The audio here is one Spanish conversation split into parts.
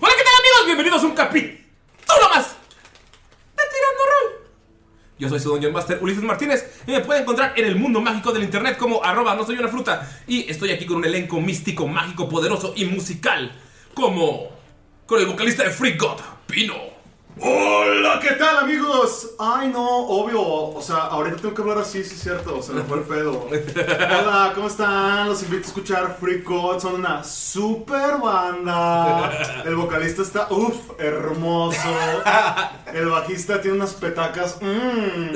Hola, ¿qué tal amigos? Bienvenidos a un capítulo más de Tirando Rol. Yo soy su Dungeon Master Ulises Martínez y me pueden encontrar en el mundo mágico del internet como arroba no soy una fruta y estoy aquí con un elenco místico, mágico, poderoso y musical como con el vocalista de Free God, Pino. Hola, ¿qué tal amigos? Ay, no, obvio. O sea, ahorita tengo que hablar así, sí es cierto. Se me fue el pedo. Hola, ¿cómo están? Los invito a escuchar Free God. Son una super banda. El vocalista está, uff, hermoso. El bajista tiene unas petacas. mm.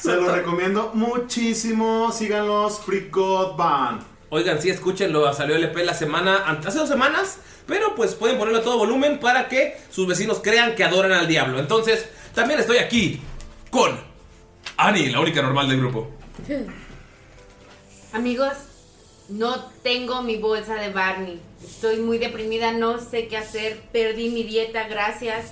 Se los recomiendo muchísimo. Síganlos, Free God Band. Oigan, sí, escúchenlo, salió el EP la semana, ant- hace dos semanas, pero pues pueden ponerlo a todo volumen para que sus vecinos crean que adoran al diablo. Entonces, también estoy aquí con Ani, la única normal del grupo. Amigos, no tengo mi bolsa de Barney. Estoy muy deprimida, no sé qué hacer. Perdí mi dieta, gracias.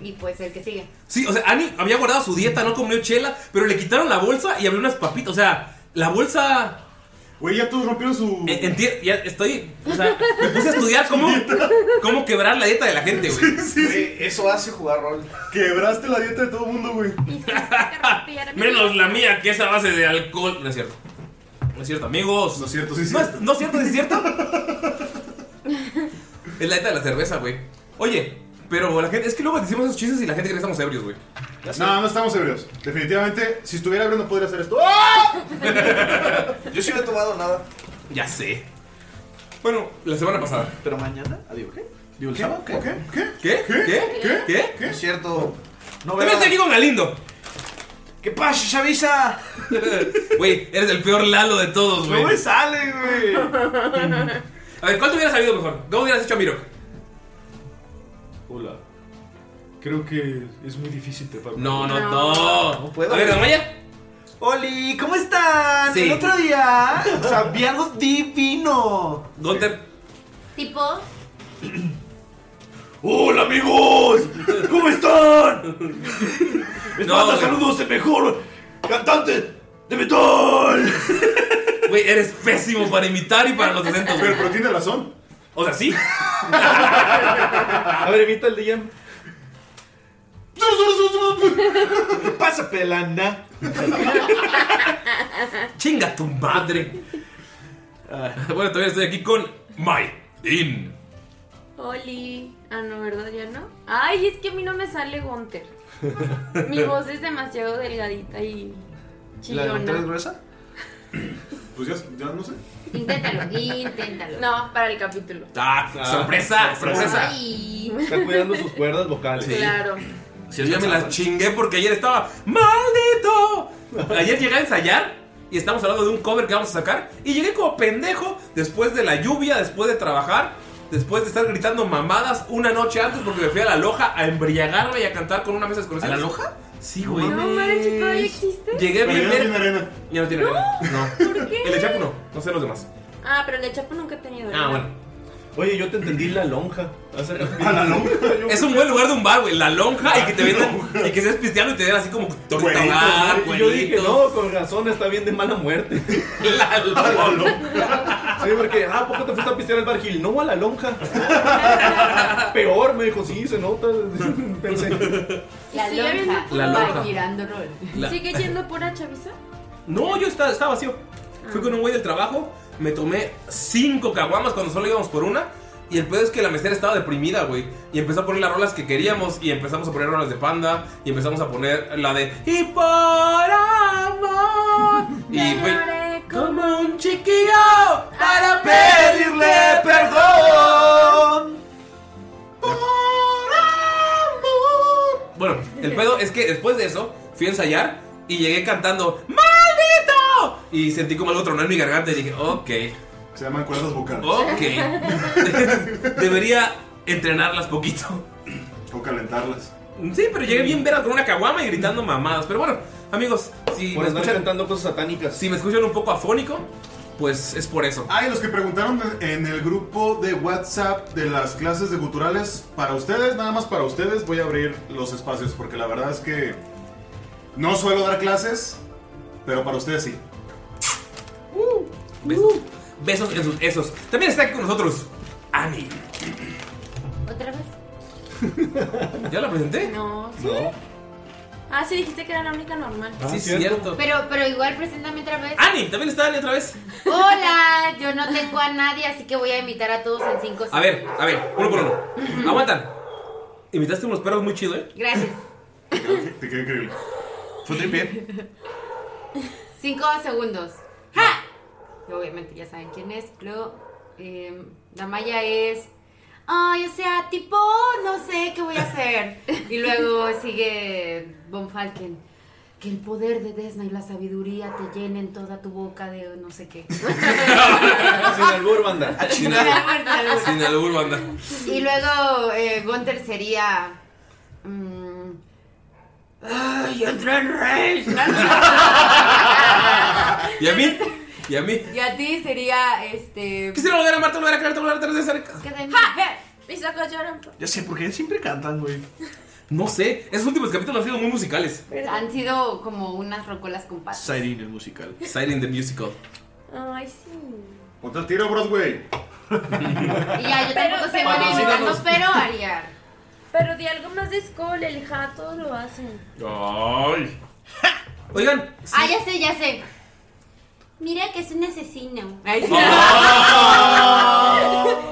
Y pues el que sigue. Sí, o sea, Ani había guardado su dieta, no comió chela, pero le quitaron la bolsa y abrió unas papitas. O sea, la bolsa. Güey, ya todos rompieron su. en- enti- ya estoy. O sea, me puse a estudiar cómo, cómo quebrar la dieta de la gente, güey. Eso hace jugar rol. Quebraste la dieta de todo el mundo, güey. Menos la mía, que es a base de alcohol. No es cierto. No es cierto, amigos. No es cierto, sí es No es, cierto. no es cierto, sí es cierto. es la dieta de la cerveza, güey. Oye, pero la gente. Es que luego decimos esos chistes y la gente cree que estamos ebrios, güey. No, no estamos ebrios. Definitivamente, si estuviera ebrio no podría hacer esto. ¡Ah! Yo sí no he tomado nada. Ya sé. Bueno, la semana pasada. Pero mañana, adiós, ¿qué? Digo, ¿Qué? sábado, ¿Qué? ¿Qué? ¿Qué? ¿Qué? ¿Qué? ¿Qué? No es cierto. No También veo. estoy aquí con Galindo. ¿Qué pasa, Chavisa? Güey, eres el peor Lalo de todos, No güey. me sale, güey. A ver, ¿cuál te hubieras sabido mejor? ¿Cómo hubieras hecho a Miro? Hola. Creo que es muy difícil te pago. No, no, no. No. No puedo. A ver, Amaya. Oli, ¿cómo están? Sí. El otro día, o sea, vi algo divino. Gunter. Tipo, ¡Hola amigos! ¿Cómo están? Les No, manda güey. saludos el mejor cantante de metal. Güey, eres pésimo para imitar y para los acentos. Pero, pero tiene razón. O sea, sí. A ver, evita el de Jam. ¿Qué pasa, pelana? Chinga tu madre. Ah. Bueno, todavía estoy aquí con Maidin. Oli. Ah, no, ¿verdad? Ya no. Ay, es que a mí no me sale Gunter. Mi voz es demasiado delgadita y chillona. gruesa? Pues ya, ya no sé. Inténtalo, inténtalo. No, para el capítulo. Ah, sorpresa, sorpresa. Ay. Está cuidando sus cuerdas vocales. Claro. Si yo ya me la chingué porque ayer estaba maldito. Ayer llegué a ensayar y estamos hablando de un cover que vamos a sacar. Y llegué como pendejo después de la lluvia, después de trabajar, después de estar gritando mamadas una noche antes porque me fui a la loja a embriagarme y a cantar con una mesa desconocida. ¿A la loja? Sí, güey. No manches, todavía existe. Llegué Pero ya bien. no tiene ver- arena. Ya no tiene arena. No. ¿Por El de qué? Chaco no, no sé los demás. Ah, pero el de Chapo nunca he tenido. Ah, bueno. Oye, yo te entendí la lonja. Hace rato- A la lonja. Es un buen lugar de un bar, güey. La lonja y Ah, que te vendan. Y que seas pisteando y te den así como torta Cueritos, bar, Y yo dije, cueritos. no, con razón, está bien de mala muerte. Sí, La lonja. porque, ah, ¿a poco te fuiste a pistear al bar Gil? No, a la lonja. Peor, me dijo, sí, se nota. Pensé. La Sigue lonja. habiendo La puro lonja. girando rol. La- ¿Sigue yendo pura chaviza? No, yo estaba, estaba vacío. Fui con un güey del trabajo, me tomé cinco caguamas cuando solo íbamos por una. Y el pedo es que la mesera estaba deprimida, güey. Y empezó a poner las rolas que queríamos. Y empezamos a poner rolas de panda. Y empezamos a poner la de. Y por amor. Y güey. lloré Como un chiquillo para pedirle perdón! Bueno, el pedo es que después de eso fui a ensayar y llegué cantando ¡Maldito! Y sentí como algo tronó en mi garganta y dije, ok, Se llaman cuerdas vocales. ok. Debería entrenarlas poquito. O calentarlas. Sí, pero llegué bien veras con una caguama y gritando mamadas. Pero bueno, amigos, si Por me, estar escuchan, cantando cosas satánicas. si me escuchan un poco afónico, pues es por eso. Ah, y los que preguntaron en el grupo de WhatsApp de las clases de guturales, para ustedes, nada más para ustedes, voy a abrir los espacios, porque la verdad es que no suelo dar clases, pero para ustedes sí. Besos, Uh. besos en sus esos. También está aquí con nosotros Ani. ¿Otra vez? ¿Ya la presenté? No, sí. Ah, sí, dijiste que era la única normal. Ah, sí, es cierto. Pero, pero igual, preséntame otra vez. Ani, también está Ani otra vez. Hola, yo no tengo a nadie, así que voy a imitar a todos en cinco A ver, a ver, uno por uno. Aguantan. Imitaste unos perros muy chido, ¿eh? Gracias. Te quedó- Te quedó increíble. Fue tripié. Cinco segundos. ¡Ja! Y obviamente ya saben quién es, pero eh, la malla es. Ay, o sea, tipo, no sé qué voy a hacer. Y luego sigue Von Falken. Que el poder de Desna y la sabiduría te llenen toda tu boca de no sé qué. Sin albur, banda. Ah, Sin Sin albur, banda. Y luego eh, Gunther sería. mm, ¡Ay, entré en rage! Ah, ¿Y a mí? ¿Y a mí? y a ti sería este. Quisiera volver a amarte, volver a quererte, volver a tenerte cerca. ¿Qué de- ¡Ja! ¡Ja! Mis ojos lloran. Ya sé, ¿por qué siempre cantan, güey? No sé, esos últimos capítulos han sido muy musicales. Han sido como unas rocolas con patas. Siren, el musical. Siren the Musical. Ay, sí. Ponte al tiro, Broadway. Y ya, yo Pero- tampoco sé pero- bueno imitando, Patrocínanos. pero haría. Pero di algo más de Skull, el jato lo hacen. Ay. Oigan. sí. Ah, ya sé, ya sé. Mira que es un asesino.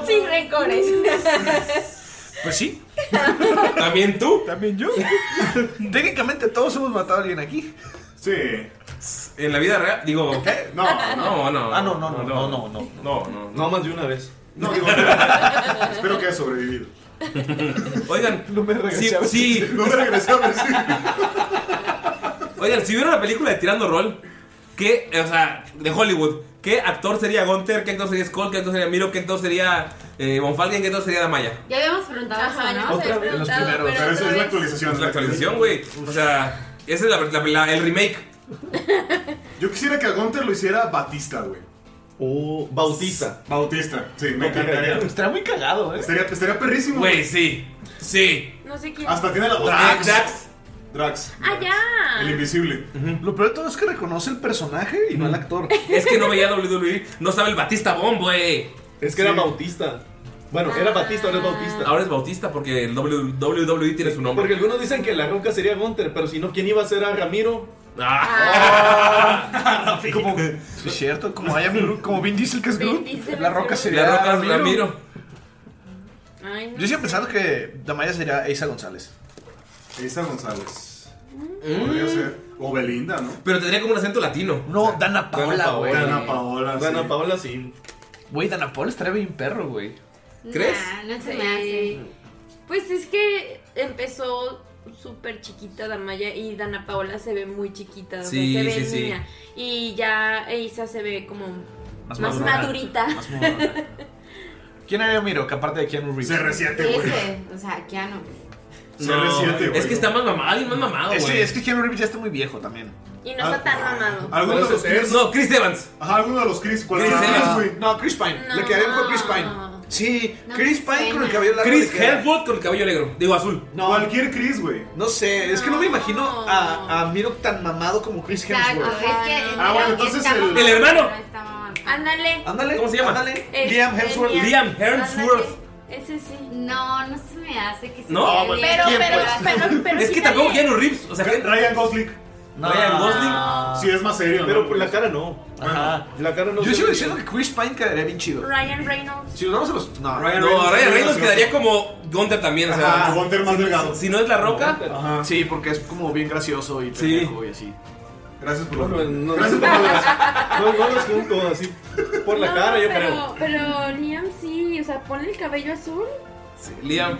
Sin rencores. Pues sí. También tú. También yo. Técnicamente todos hemos matado a alguien aquí. Sí. En la vida real, digo. No, No, no. Ah, no, no, no, no, no, no. No, no, no. No más de una vez. no, digo, espero- espero que haya sobrevivido. Oigan. No me Sí, regresé a ver. sí. No me regresé a ver si... Oigan, si vieron la película de Tirando Roll, ¿qué, eh, o sea, de Hollywood, ¿qué actor sería Gunther? ¿Qué actor sería Skull? ¿Qué actor sería Miro? ¿Qué actor sería eh, Von Falken? ¿Qué actor sería Damaya? Ya habíamos preguntado Ajá, eso, ya ¿no? nos habías en los preguntado, primeros, Pero eso es la otra vez- actualización. Es la actualización, güey. O sea, ese es la- la- la- el remake. Yo quisiera que a Gunter lo hiciera Batista, güey. O Bautista. Bautista, sí, me encantaría. Estaría muy cagado, ¿eh? Estaría, estaría perrísimo. Güey, sí. Sí. No sé quién. Hasta tiene la voz. Drax. Drax. ¡Ah, El ya! invisible. Lo peor de todo es que reconoce el personaje y no al actor. Es que no veía WWE. No sabe el Batista Bomb, güey. Es que era Bautista. Bueno, era Batista, ahora es Bautista. Ahora es Bautista porque el E WWE tiene su nombre. Porque algunos dicen que la roca sería Gunter, pero si no, ¿quién iba a ser a Ramiro? Ah. Como, sí, es cierto, como, I am Groot, como Vin Diesel que es Vin Groot, Diesel la es roca Groot. sería La roca la miro. Ay, no Yo siempre he sé. pensado que Damaya sería Isa González. Isa González. Podría ser. O Belinda, ¿no? Mm. Pero tendría como un acento latino. No, Dana Paola, güey. Dana Paola. Dana sí. Paola sí. Güey, Dana Paola estaría bien perro, güey. ¿Crees? Nah, no se Sí. me hace. Pues es que empezó súper chiquita Damaya y Dana Paola se ve muy chiquita, o sea, Sí, se ve sí, sí. niña. Y ya Isa se ve como más, madura. madurita. Más moderna. ¿Quién era Miro? Que aparte de Keanu Reeves. CR7, güey. Ese, o sea, Keanu. CR7, güey. es que está más mamado y más mamado, Es que, güey. es que Keanu Reeves ya está muy viejo también. Y no Ah. está tan mamado. Alguno de los Chris. No, Chris Evans. Ajá, alguno de los Chris. ¿Cuál Chris era? Evans. Ah, güey. No, Chris Pine. Le quedaría mejor Chris Pine. Sí, No Chris me Pine con el suena. cabello largo. Chris le queda. Hemsworth con el cabello negro. Digo, azul. No, Cualquier Chris, güey. no sé, es que no me imagino a, a Miro tan mamado como Chris Exacto, Hemsworth. es que. Ah, bueno, entonces el- El hermano. Ándale. Ah, Ah. Ándale, ¿Cómo se llama? Ándale. Eh, Liam Hemsworth. Liam. Liam Hemsworth. Ese sí. No, no se me hace que se No, vea bueno, bien. Pero, ¿Quién, pero, pues? pero, pero. Es que quítale. tampoco Keanu Reeves. O sea, que Ryan Gosling. No. Ryan Gosling. Sí, es más serio. Pero ¿no, por güey? la cara no. Ajá. La cara no Yo se sigo ve diciendo que Chris Pine quedaría bien chido. Ryan Reynolds. Si nos vamos a los. No, Ryan No, Ryan Reynolds gracioso. quedaría como Gunter también. O Ajá, sea, Gunter más delgado. si no es la roca. Ajá. Sí, porque es como bien gracioso y Sí. pendejo y así. Gracias por No, no, no. Gracias por lo No, no los junto así. Por la No, cara, yo creo. pero, pero Liam sí, o sea, ponle el cabello azul. Sí, Liam.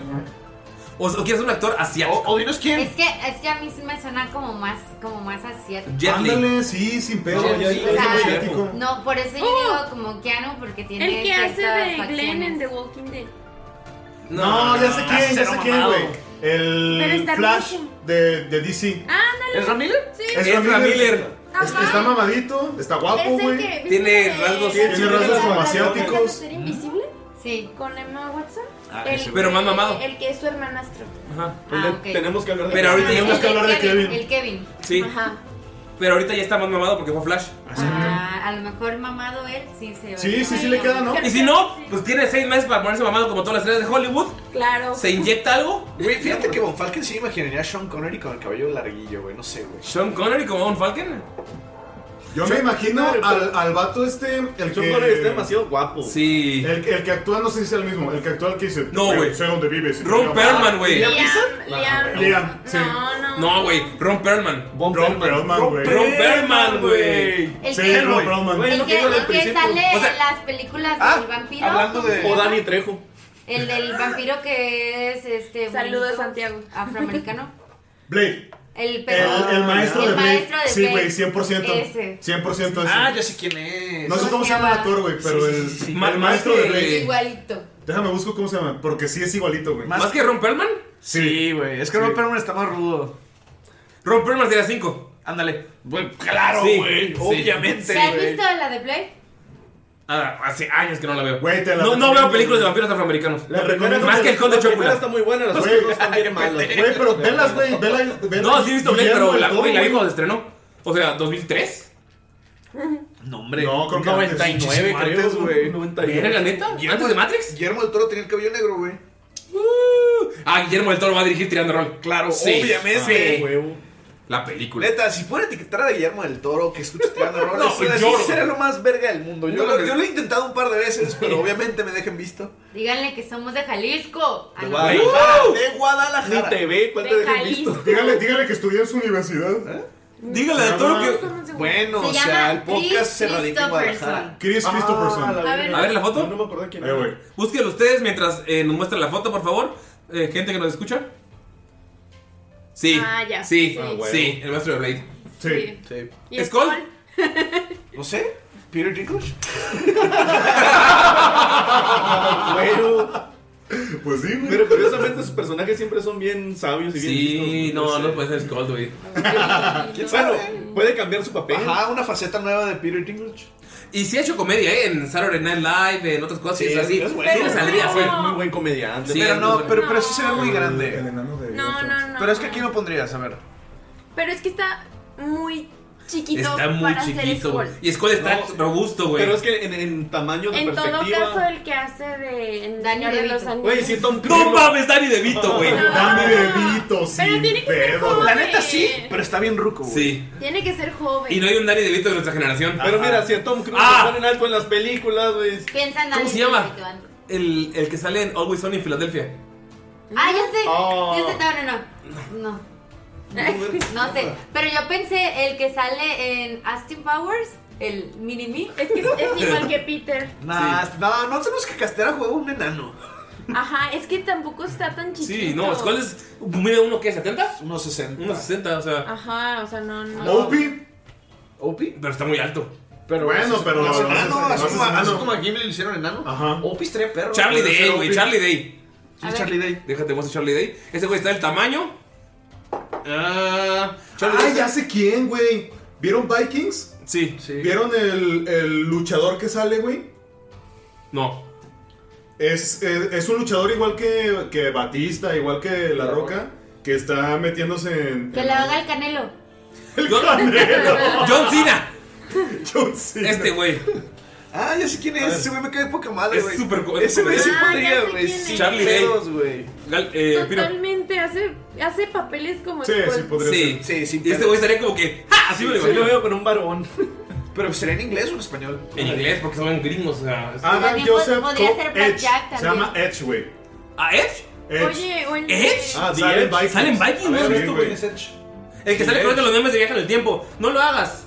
O, sea, quieres un actor O, asiático. o dinos quién. Es que, es que a mí sí me suena como más, como más asiático. Jet Li. Ándale, sí, sin pedo. Ya, ya, Sí, ya, es ya, muy ya. ético. No, por eso yo digo como Keanu porque tiene ¡Oh! El que hace ciertas de Glenn facciones. en The Walking Dead. No, ya sé quién, ya cero sé quién, mamado. güey. Pero El está Flash riquísimo. de, de DC. Ah, ¿Es Ramírez? Es Ezra Miller. Es- está mamadito, está guapo, Es el güey. que. Tiene ¿viste rasgos- la- Tiene rasgos la- como la- asiáticos. la serie Invisible Sí. con Emma Watson. Ah, El- ese Pero más mamado. El que es su hermanastro. Ajá. Pues El Ah, de- ok. Tenemos que hablar de Pero ahorita ya Pues Tenemos El- que el hablar de Kevin. El Kevin. Sí. Ajá. Pero ahorita ya está más mamado porque fue Flash. Ah, a lo mejor mamado él sí se ve. Sí, sí, sí le queda, ¿no? Y si no, pues tiene seis meses para ponerse mamado como todas las estrellas de Hollywood. Claro. Se inyecta algo. Güey, fíjate que Von Falken sí imaginaría a Sean Connery con el cabello larguillo, güey. No sé, güey. Sean Connery como Von Falken. Yo me imagino al, al vato este, el John Connery está que, demasiado guapo. Sí. el, que- el que actúa, no sé si es el mismo, el que actúa el que dice, No, güey. sé dónde vives. Ron Perlman, güey. Liam, Liam. Liam, sí. No, no. No, güey. Ron Perlman. Von Ron Perlman. Perlman, güey. Ron Perlman, güey. El Sí, que, Ron Perlman. Güey, el lo que, digo del el que principio. sale O sea- en las películas Ah, del vampiro. hablando de- O Dani Trejo. El del vampiro que es este. Saludos, bonito, Santiago. Afroamericano. Blade. El, El, perro- el maestro el de Blade. maestro de sí, Blade. güey, 100%. Ese. 100% ese. Ah, ya sé quién es. no sé cómo se llama el actor, güey, pero Sí, sí, el, sí, sí. el Ma- maestro más de que- Blade. Igualito. Déjame busco cómo se llama, porque sí es igualito, güey. Más- ¿Más que Ron Perlman? Sí, güey. Es que Sí. Ron Perlman está más rudo. Ron Perlman sería cinco. Ándale. Güey, claro, Sí. güey. Sí. Obviamente, ¿Se has güey. visto la de Blade? Ah, hace años que no la veo. Güey, te la no, no recomiendo. veo películas de vampiros afroamericanos. La recomiendo. Más que el Conde La primera Chocula. está muy buena, las otras Güey, dos están bien malas. Güey, pero velas, güey, vela, vela. No, sí he visto Blade, Guillermo pero del la, Toro, güey, la vi güey. cuando se estrenó. O sea, ¿2003? No, hombre. No, creo que antes. 99, Muchísimo creo, antes, güey. güey. ¿Era 99. la neta? ¿Antes de Matrix? Guillermo del Toro tenía el cabello negro, güey. Uh, ah, Guillermo del Toro va a dirigir tirando rol. Claro, Sí. obviamente. Sí. Huevo. La película. Neta, si pudiera etiquetar a Guillermo del Toro que escucha tirando rolas, No, eso eso lloro. sería lo más verga del mundo. Yo, No, lo, no. yo lo he intentado un par de veces, pero obviamente me dejan visto. Díganle que somos de Jalisco. Ah, De no. Guadalajara. De Ni Guadalajara. te ve, ¿cuál te De dejan visto? Jalisco. Dígale, dígale que estudió en su universidad. ¿Eh? Dígale al Toro que. Bueno, Se o sea, llama el podcast se radica en Guadalajara. Chris Ah, Christopherson. la ver. verga. A ver, ¿la foto? No, no me acordé quién Eh, era. güey. Búsquenlo ustedes mientras eh, nos muestran la foto, por favor. Eh, gente que nos escucha. Sí. Ah, ya. Sí, Ah, bueno. sí, el maestro de Blade. Sí. Sí. ¿Y ¿Skull? Skull? No sé, Peter Dinklage. Güero. Pues sí, güey. Pero curiosamente sus personajes siempre son bien sabios y bien Sí, no, no puede ser Skull, güey. ¿Quién sabe? puede cambiar su papel. Ajá, una faceta nueva de Peter Dinklage. Y sí ha hecho comedia, ¿eh? En Saturday Night Live, en otras cosas. Sí, Sí, es así. es bueno. Sí le saldría, güey. Muy buen comediante. Sí, pero es no, muy bueno. pero, pero sí se ve muy El- grande. el enano de No, no, no. Pero es que aquí no pondrías, a ver. Pero es que está muy chiquito. Está muy para ser chiquito, güey. Skull. Y Skull está robusto, güey. Pero es que en, en tamaño de En todo perspectiva. caso, el que hace de en Dani Señor de DeVito. los Anillos. Güey, si Tom No mames, Dani DeVito, güey. Ah, Dani DeVito, sí. Pero tiene que ser joven. La neta sí, pero está bien ruco, güey. Sí. Tiene que ser joven. Y no hay un Dani DeVito de nuestra generación. Pero mira, si a Tom Cruise Ah. lo ponen alto en las películas, güey. Piensa en ¿Cómo Dani se llama? DeVito antes. El, el que sale en Always Sunny en Filadelfia. Ah, ya sé. Oh. Ya sé, no, no, no. No. No sé. Pero yo pensé el que sale en Austin Powers, el mini me. Es que es, es igual que Peter. Nah, No, no tenemos que castear a juego un enano. Ajá, es que tampoco está tan chiquito. Sí, no, Skull es. Mira, uno que, ¿70? Unos 60. Unos 60, o sea. Ajá, o sea, no, no. ¿Opi? ¿Opi? Ah, Pero está muy alto. Pero Bueno, pero No, lo hace haces- enano, lo así haces como- enano. así como a Gimli lo hicieron enano. Ajá. Opi estaría perro. Charlie Puede Day, ser güey, Opi. Charlie Day. Sí, Charlie Day. Déjate, muestro Charlie Day. Ese güey está del tamaño. Ah, Charlie Ah, Day. ya sé quién, güey. ¿Vieron Vikings? Sí. ¿Vieron el, el luchador que sale, güey? No. Es, es, es un luchador igual que, que Batista, igual que La Roca, que está metiéndose en. Que lo haga el canelo. John, John Cena. Este güey. Ah, ya sé quién es. Ese güey me cae de poca madre, Es güey. súper co- Ese güey sí Ah, ya podría, sé güey. quién sin es. Charlie Day. pedos, güey. Gal- eh, Piro. Totalmente, hace, hace papeles como Skull. Sí, Sí, sí. Y este güey estaría como que. ¡Ja! Así me lo imagino. veo con un varón. Pero sería en inglés o en español. En inglés, porque son gringos. O sea, es- Adam También Joseph podría Cobb ser Black Edge. Jack Se también. llama Edge, güey. ¿A Edge? Edge. Oye, o el ¿Edge? Ah, The sale en Edge. Vikings. Sale en Vikings, ¿no? Sí, Esto, güey. Es Edge. El que sale corriendo los memes de viaje en el tiempo. No lo hagas.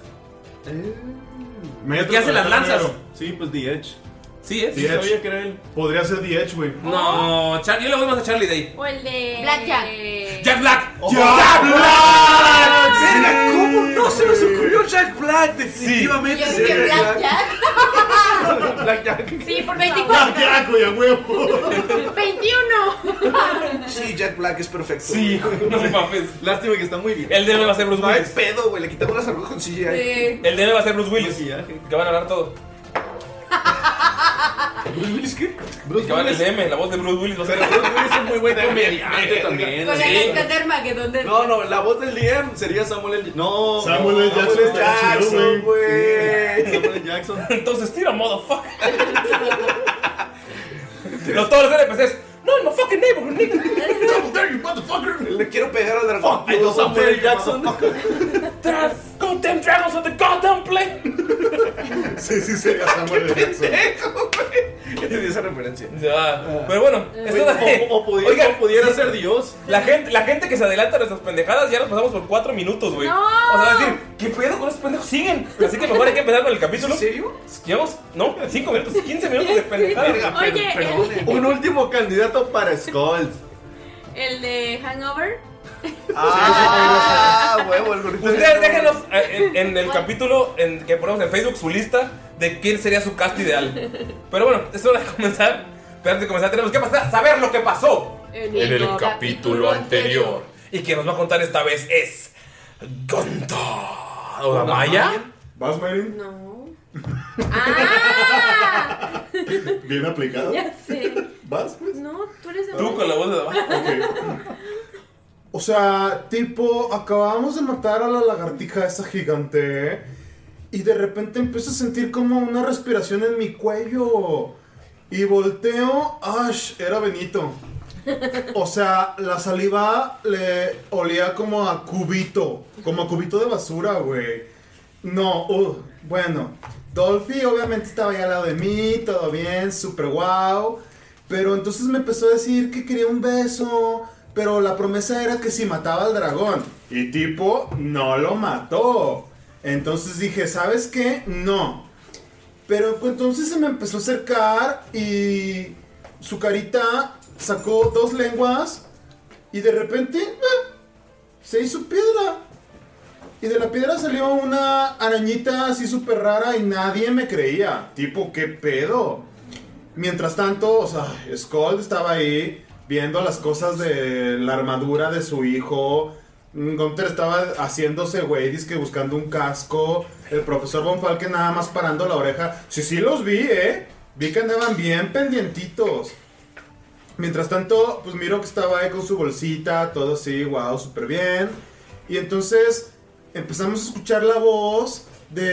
Me ¿Qué hace las lanzas? Sí, pues The Edge. Sí, es. Sí, Edge. sabía que era él. Podría ser The Edge, güey. No, Char- yo le voy más a Charlie Day. O el de. Blackjack. Eh, Jack Black. ¡Ya, Black! Verga, ¿cómo no se nos ocurrió Jack Black? Definitivamente. Yo sería dije Black Jack. Blackjack. Sí, por 24. ¡Ya, güey, a huevo! 21. Sí, Jack Black es perfecto. Sí, güey. no me papes. Lástima que está muy bien. El DM va a ser Bruce No hay Willis. pedo, güey. Le quitamos las arrugas con CGI. Sí. El DM va a ser Bruce Willis. Maquillaje. Que van a hablar todo. ¿Bruce Willis qué? El Bruce Que van el Willis. DM, la voz de Bruce Willis. va a ser- Pero Bruce Willis es muy buen comediante también. Con Sí. el Alexander que donde. No, no, la voz del DM sería Samuel L. No, Samuel L. Jackson Samuel estaría chido, Jackson, güey. güey. Samuel L. Jackson. Entonces tira, motherfucker. Los todos los NPCs. No, en my fucking neighborhood, nigga. ¡Double dare, you motherfucker! Le quiero pegar al dragón. Fuck you, Samuel L. Jackson. Dra- Goddamn dragons on the goddamn plane. Sí, sí, sería Samuel L. Jackson. Pendejo, güey. Ya tenía esa referencia. Ya, Pero bueno, esto O, o pudiera, Oigan, o pudiera ser Dios. La gente, la gente que se adelanta a nuestras pendejadas ya nos pasamos por cuatro minutos, güey. No. O sea, decir, ¿qué pedo con esos pendejos? Siguen. Así que mejor hay que empezar con el capítulo. ¿En serio? Llevamos, no, cinco minutos, 15 minutos de pendejadas. Verga, per- Oye, perdone. Un último candidato para Skull. El de Hangover. Ah, Ah, huevo, el gorrito. Ustedes déjenos eh, en, en el capítulo en que ponemos en Facebook su lista de quién sería su cast ideal. Pero bueno, es hora de comenzar. Pero antes de comenzar tenemos que pasar, saber lo que pasó El En el capítulo anterior. Y quien nos va a contar esta vez es Gonta. ¿O Maya? ¿Vas, Mary? No. ¡Ah! Bien aplicado. Ya sé. ¿Vas, pues? No, tú eres el. Tú con la voz de Damaya. Ok. O sea, tipo, acabamos de matar a la lagartija esa gigante ¿eh? y de repente empiezo a sentir como una respiración en mi cuello. Y volteo, ¡ash! Era Benito. O sea, la saliva le olía como a cubito, como a cubito de basura, güey. No, uh, bueno. Dolphy obviamente estaba ahí al lado de mí, todo bien, super guau. Pero entonces me empezó a decir que quería un beso. Pero la promesa era que si mataba al dragón. Y tipo, no lo mató. Entonces dije, ¿sabes qué? No. Pero entonces se me empezó a acercar y su carita sacó dos lenguas y de repente ¡ah! se hizo piedra. Y de la piedra salió una arañita así súper rara y nadie me creía. Tipo, ¿qué pedo? Mientras tanto, o sea, Skull estaba ahí viendo las cosas de la armadura de su hijo. Mm, Gunther estaba haciéndose, güey, que buscando un casco. El profesor Von Falken nada más parando la oreja. Sí, sí, los vi, ¿eh? Vi que andaban bien pendientitos. Mientras tanto, pues miro que estaba ahí con su bolsita, todo así, wow, súper bien. Y entonces empezamos a escuchar la voz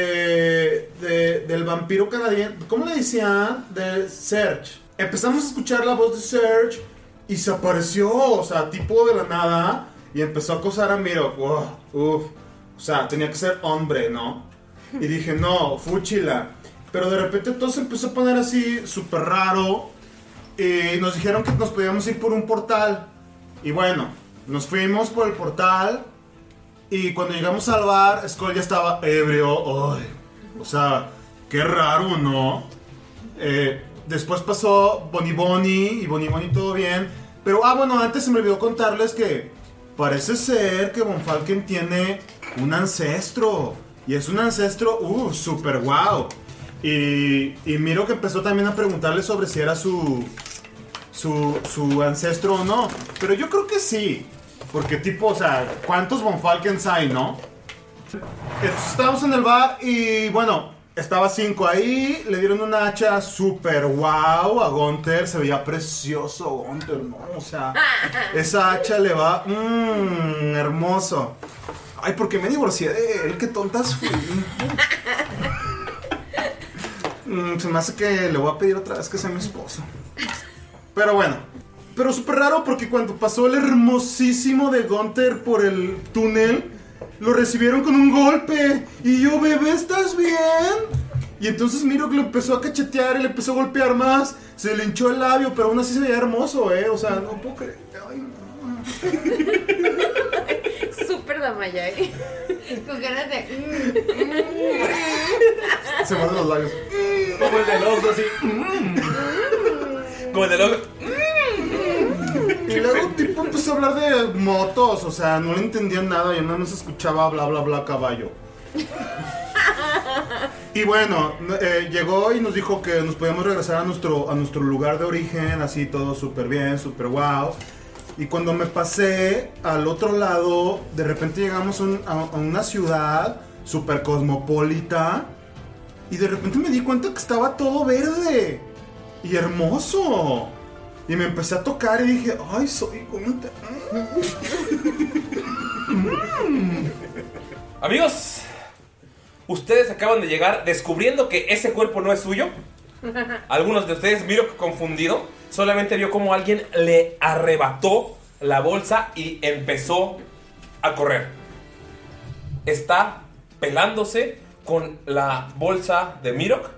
de, de- del vampiro canadiense. ¿Cómo le decían? De Serge. Empezamos a escuchar la voz de Serge y se apareció, o sea, tipo de la nada. Y empezó a acosar a Miro. Wow, uf. O sea, tenía que ser hombre, ¿no? Y dije, no, fúchila. Pero de repente todo se empezó a poner así, súper raro. Y nos dijeron que nos podíamos ir por un portal. Y bueno, nos fuimos por el portal. Y cuando llegamos al bar, Skull ya estaba ebrio. Ay, o sea, qué raro, ¿no? Eh, después pasó Bonnie Bonnie y Bonnie Bonnie todo bien. Pero, ah, bueno, antes se me olvidó contarles que parece ser que Von Falken tiene un ancestro. Y es un ancestro, uh, super guau. Y, y miro que empezó también a preguntarle sobre si era su, su, su ancestro o no. Pero yo creo que sí. Porque tipo, o sea, ¿cuántos Von Falkens hay, no? Entonces, estábamos en el bar y bueno, estaba cinco ahí, le dieron una hacha super wow a Gunther, se veía precioso Gunther, ¿no? O sea, esa hacha le va, mmm, hermoso. Ay, ¿por qué me divorcié de él? Qué tontas fui. Mm, se me hace que le voy a pedir otra vez que sea mi esposo. Pero bueno. Pero súper raro porque cuando pasó el hermosísimo de Gunther por el túnel, lo recibieron con un golpe. Y yo, bebé, ¿estás bien? Y entonces miro que lo empezó a cachetear y le empezó a golpear más. Se le hinchó el labio, pero aún así se veía hermoso, ¿eh? O sea, no puedo creer. Ay, no. Súper damaya, ¿eh? Con ganas de. mm, Se muerde los labios. Como el de los así. Como el de los. Y luego tipo empezó a hablar de motos, o sea, no le entendían nada, yo nada más escuchaba bla bla bla caballo. Y bueno, n- eh, llegó y nos dijo que nos podíamos regresar a nuestro, a nuestro lugar de origen, así todo súper bien, súper wow. Y cuando me pasé al otro lado, de repente llegamos a, un- a- a una ciudad súper cosmopolita. Y de repente me di cuenta que estaba todo verde y hermoso. Y me empecé a tocar y dije, ay, soy Gunther. Amigos, ustedes acaban de llegar descubriendo que ese cuerpo no es suyo. Algunos de ustedes, miro que confundido, solamente vio como alguien le arrebató la bolsa y empezó a correr. Está pelándose con la bolsa de Mirok.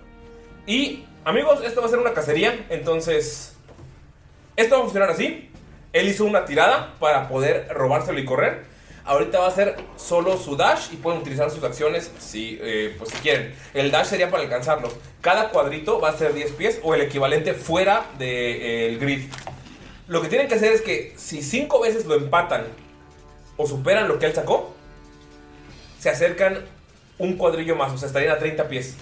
Y amigos, esto va a ser una cacería. Entonces, esto va a funcionar así. Él hizo una tirada para poder robárselo y correr. Ahorita va a ser solo su dash y pueden utilizar sus acciones si, eh, pues si quieren. El dash sería para alcanzarlo. Cada cuadrito va a ser 10 pies o el equivalente fuera del grid. Lo que tienen que hacer es que si 5 veces lo empatan o superan lo que él sacó, se acercan un cuadrillo más, o sea, estarían a 30 pies.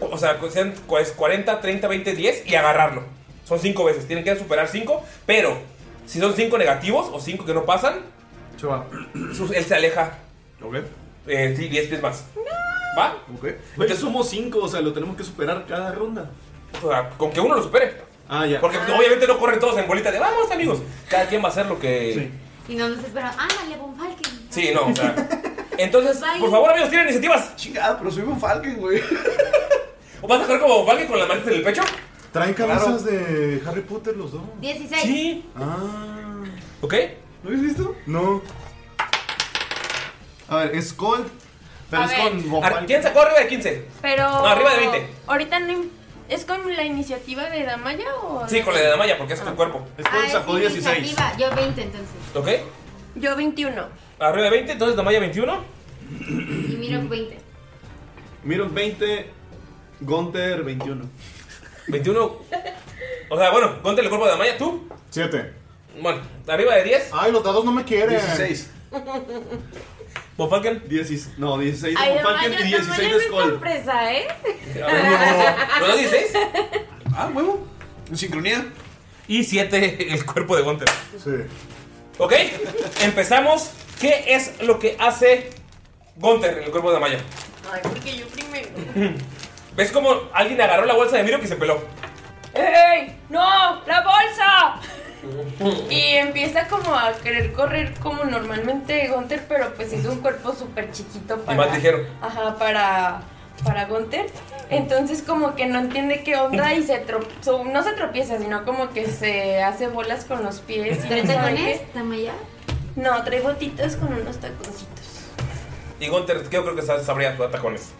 O sea, que sean pues, cu- es 40, 30, 20, 10 y agarrarlo. Son 5 veces, tienen que superar 5, pero si son 5 negativos o 5 que no pasan, sus- él se aleja. Eh, sí, 10 pies más. ¿Va? Entonces somos cinco, o sea, lo tenemos que superar cada ronda. O sea, con que uno lo supere. Ah, ya. Porque pues, obviamente no corren todos en bolita de vamos, amigos. Cada quien va a hacer lo que. Y no nos esperan. ¡Ándale, Von Falken! Sí, no, o sea. Entonces, por favor, amigos, tienen iniciativas. Chingada, pero soy un Falken, güey. ¿O vas a jugar como Falken con las manitas en el pecho? Traen Claro. camisas de Harry Potter los dos. 16. Sí. Ah. ¿Ok? ¿Lo habías visto? No. A ver, es Cold. Pero A es ver. con Von Ar- Falken. ¿Quién sacó arriba de 15? Pero. No, arriba de 20. Ahorita no. im- ¿Es con la iniciativa de Damaya o.? Sí, con la de Damaya, porque es tu cuerpo. Ah, es sacó 16. iniciativa. Yo 20 entonces. ¿Ok? Yo 21. Arriba de 20, entonces Damaya 21. Y miro 20. Miron 20, Gunter 21. 21. O sea, bueno, contale el cuerpo de Damaya, tú. 7. Bueno, arriba de 10. Ay, los dados no me quieren. 16. ¿Von Falken? 16. No, 16 de Ay, Von Falken Damaya, y Damaya 16 no de es Skull. sorpresa, ¿eh? ¿No lo dices? Ah, huevo. En sincronía. Y 7 el cuerpo de Gunter. Sí. Ok, empezamos. ¿Qué es lo que hace Gunter en el cuerpo de Amaya? Ay, porque yo primero. ¿Ves cómo alguien agarró la bolsa de Miro que se peló? ¡Ey! ¡No! ¡La bolsa! Y empieza como a querer correr como normalmente Gunther, pero pues es un cuerpo súper chiquito para... más ligero. Ajá, para, para Gunther. Entonces como que no entiende qué onda y se tro- so- no se tropieza, sino como que se hace bolas con los pies. y ¿Trae no sabe tacones, qué. No, trae botitas con unos taconcitos. Y Gunter, yo creo que sa- sabría jugar tacones.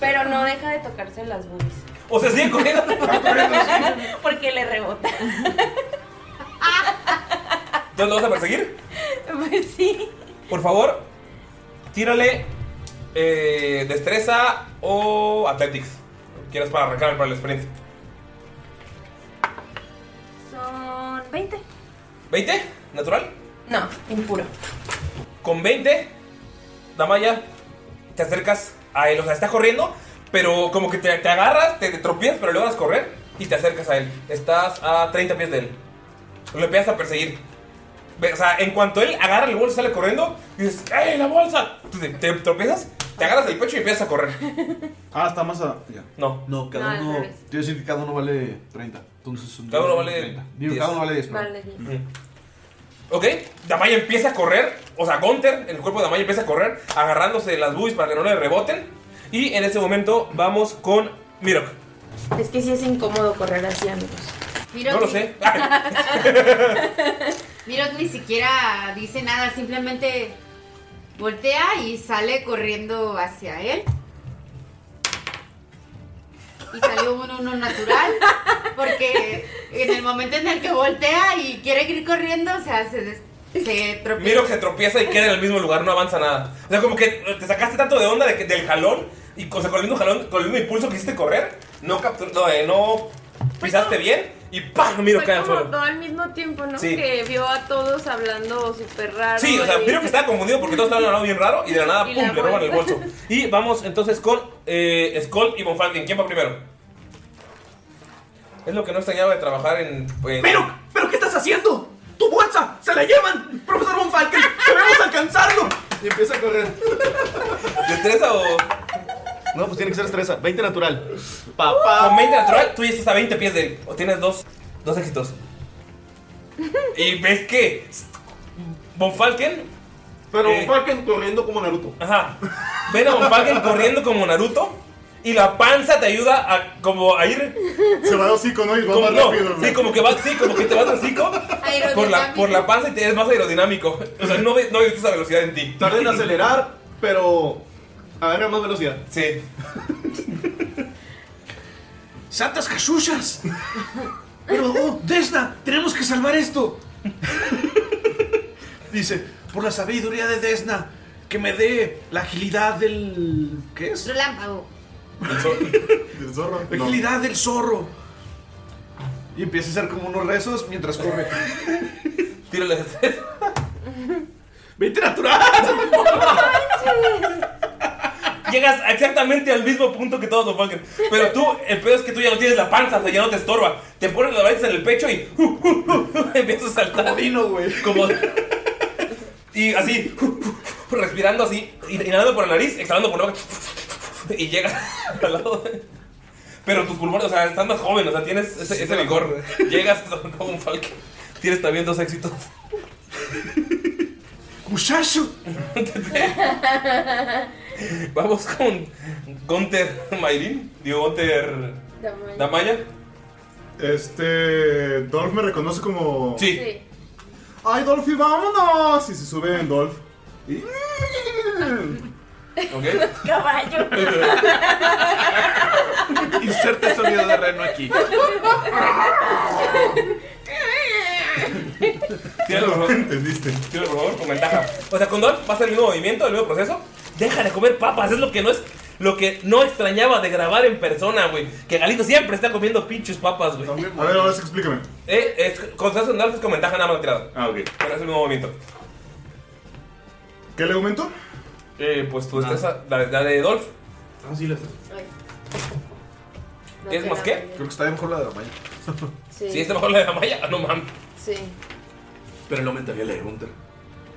Pero no deja de tocarse las boobies. O sea, sigue corriendo. Porque le rebota. ¿Entonces lo vas a perseguir? Pues sí. Por favor, tírale eh, destreza o athletics. Quieres para arrancar para el sprint. Son 20. ¿20? ¿Natural? No, impuro. Con 20, Damaya, te acercas a él. O sea, está corriendo, pero como que te, te agarras, te, te tropiezas, pero logras correr y te acercas a él. Estás a 30 pies de él. Lo empiezas a perseguir. Ve- O sea, en cuanto él agarra el bolso y sale corriendo, dices, ¡Ey, la bolsa! Tú Te, te tropiezas, te agarras el pecho y empiezas a correr. Ah, está más a. Ya. No. No, No, cada al uno. revés. Quiero decir que cada uno vale 30. Entonces. Cada uno vale 30. Digo, 10. cada uno vale 10. perdón. Vale, diez. Ujú. Ok, Damaya empieza a correr, o sea, Gunter, el cuerpo de Damaya empieza a correr, agarrándose de las buis para que no le reboten. Y en ese momento vamos con Mirok. Es que sí es incómodo correr así, amigos. Miro No lo que- sé. Miro que ni siquiera dice nada, simplemente voltea y sale corriendo hacia él. Y salió un uno natural, porque en el momento en el que voltea y quiere ir corriendo, o sea, se, des- se tropieza. Mirok se tropieza y queda en el mismo lugar, no avanza nada. O sea, como que te sacaste tanto de onda de que- del jalón, y con, o sea, con el mismo jalón, con el mismo impulso que hiciste correr, no, captur- no, eh, no pisaste bien y ¡pam! Mirok Fue cae al como suelo. todo al mismo tiempo, ¿no? Sí. Que vio a todos hablando súper raro. Sí, o sea, y- vieron que estaba confundido porque todos estaban hablando bien raro y de la nada, Y pum, la le roban el bolsa. bolso. Y vamos entonces con eh, Skull y Bonfalken. ¿Quién va primero? Es lo que no extrañaba de trabajar en. pues, ¡Pero! ¿Pero qué estás haciendo? ¡Tu bolsa! ¡Se la llevan! ¡Profesor Von Falken! ¡Debemos alcanzarlo! Y empieza a correr. ¿Destreza o.? No, pues tiene que ser destreza. 20 natural. Papá. Con 20 natural, tú ya estás a 20 pies de él. O tienes dos, dos éxitos. Y ves que. Bonfalken. Pero Bonfalken corriendo como Naruto. Ajá. Ven a Bonfalken corriendo como Naruto. Y la panza te ayuda a, como a ir. Se va de hocico, ¿no? Y va Como- más no, rápido, Sí, güey. como que vas, sí, como que te vas de hocico por la, por la panza y te es más aerodinámico. O sea, no, ve- no viste esa velocidad en ti. Tarda en acelerar, pero. Agarra más velocidad. Sí. ¡Santas Casuchas! Pero, oh, Desna, tenemos que salvar esto. Dice, por la sabiduría de Desna, que me dé la agilidad del. ¿Qué es? Relámpago. Del zorro. La agilidad del zorro. Y empieza a hacer como unos rezos mientras corre. Tírale ¡Vete natural! Llegas exactamente al mismo punto que todos los Falken. Pero tú, el pedo es que tú ya no tienes la panza, o sea, ya no te estorba. Te pones las balitas en el pecho y uh, uh, uh, uh, empiezas a saltar. Como vino, güey. Como. Y así, uh, uh, uh, respirando así, inhalando por la nariz, exhalando por la boca. Y llegas al lado de- Pero tus pulmones, o sea, estás más joven, o sea, tienes ese, ese vigor. Llegas como un Falken. Tienes también dos éxitos. ¡Muchacho! Vamos con Gunter Mayrin. Digo, Gunter. Damaya. Este. Dolph me reconoce como. Sí. ¡Ay, Dolphy, vámonos! Y se sube en Dolph. Y. Ok. Caballo. Inserte sonido de reno aquí. Tíralo, por favor. Entendiste. Tíralo, por favor, con ventaja. O sea, con Dolph va a ser el mismo movimiento, el mismo proceso. Deja de comer papas, es lo que no es. Lo que no extrañaba de grabar en persona, güey. Que Galito siempre está comiendo pinches papas, güey. A ver, ahora sí explícame. Eh, es, cuando estás en Dolph es con ventaja nada más tirado. Ah, ok. Pero es el mismo movimiento. ¿Qué le aumento? Eh, pues tu destreza, la, la de Dolph. Ah, sí, la estás. ¿Tienes más qué? Creo que está mejor la de la malla. Sí. Sí, está mejor la de la malla. Ah, No mames. Sí. Pero no aumentaría la de Gunter.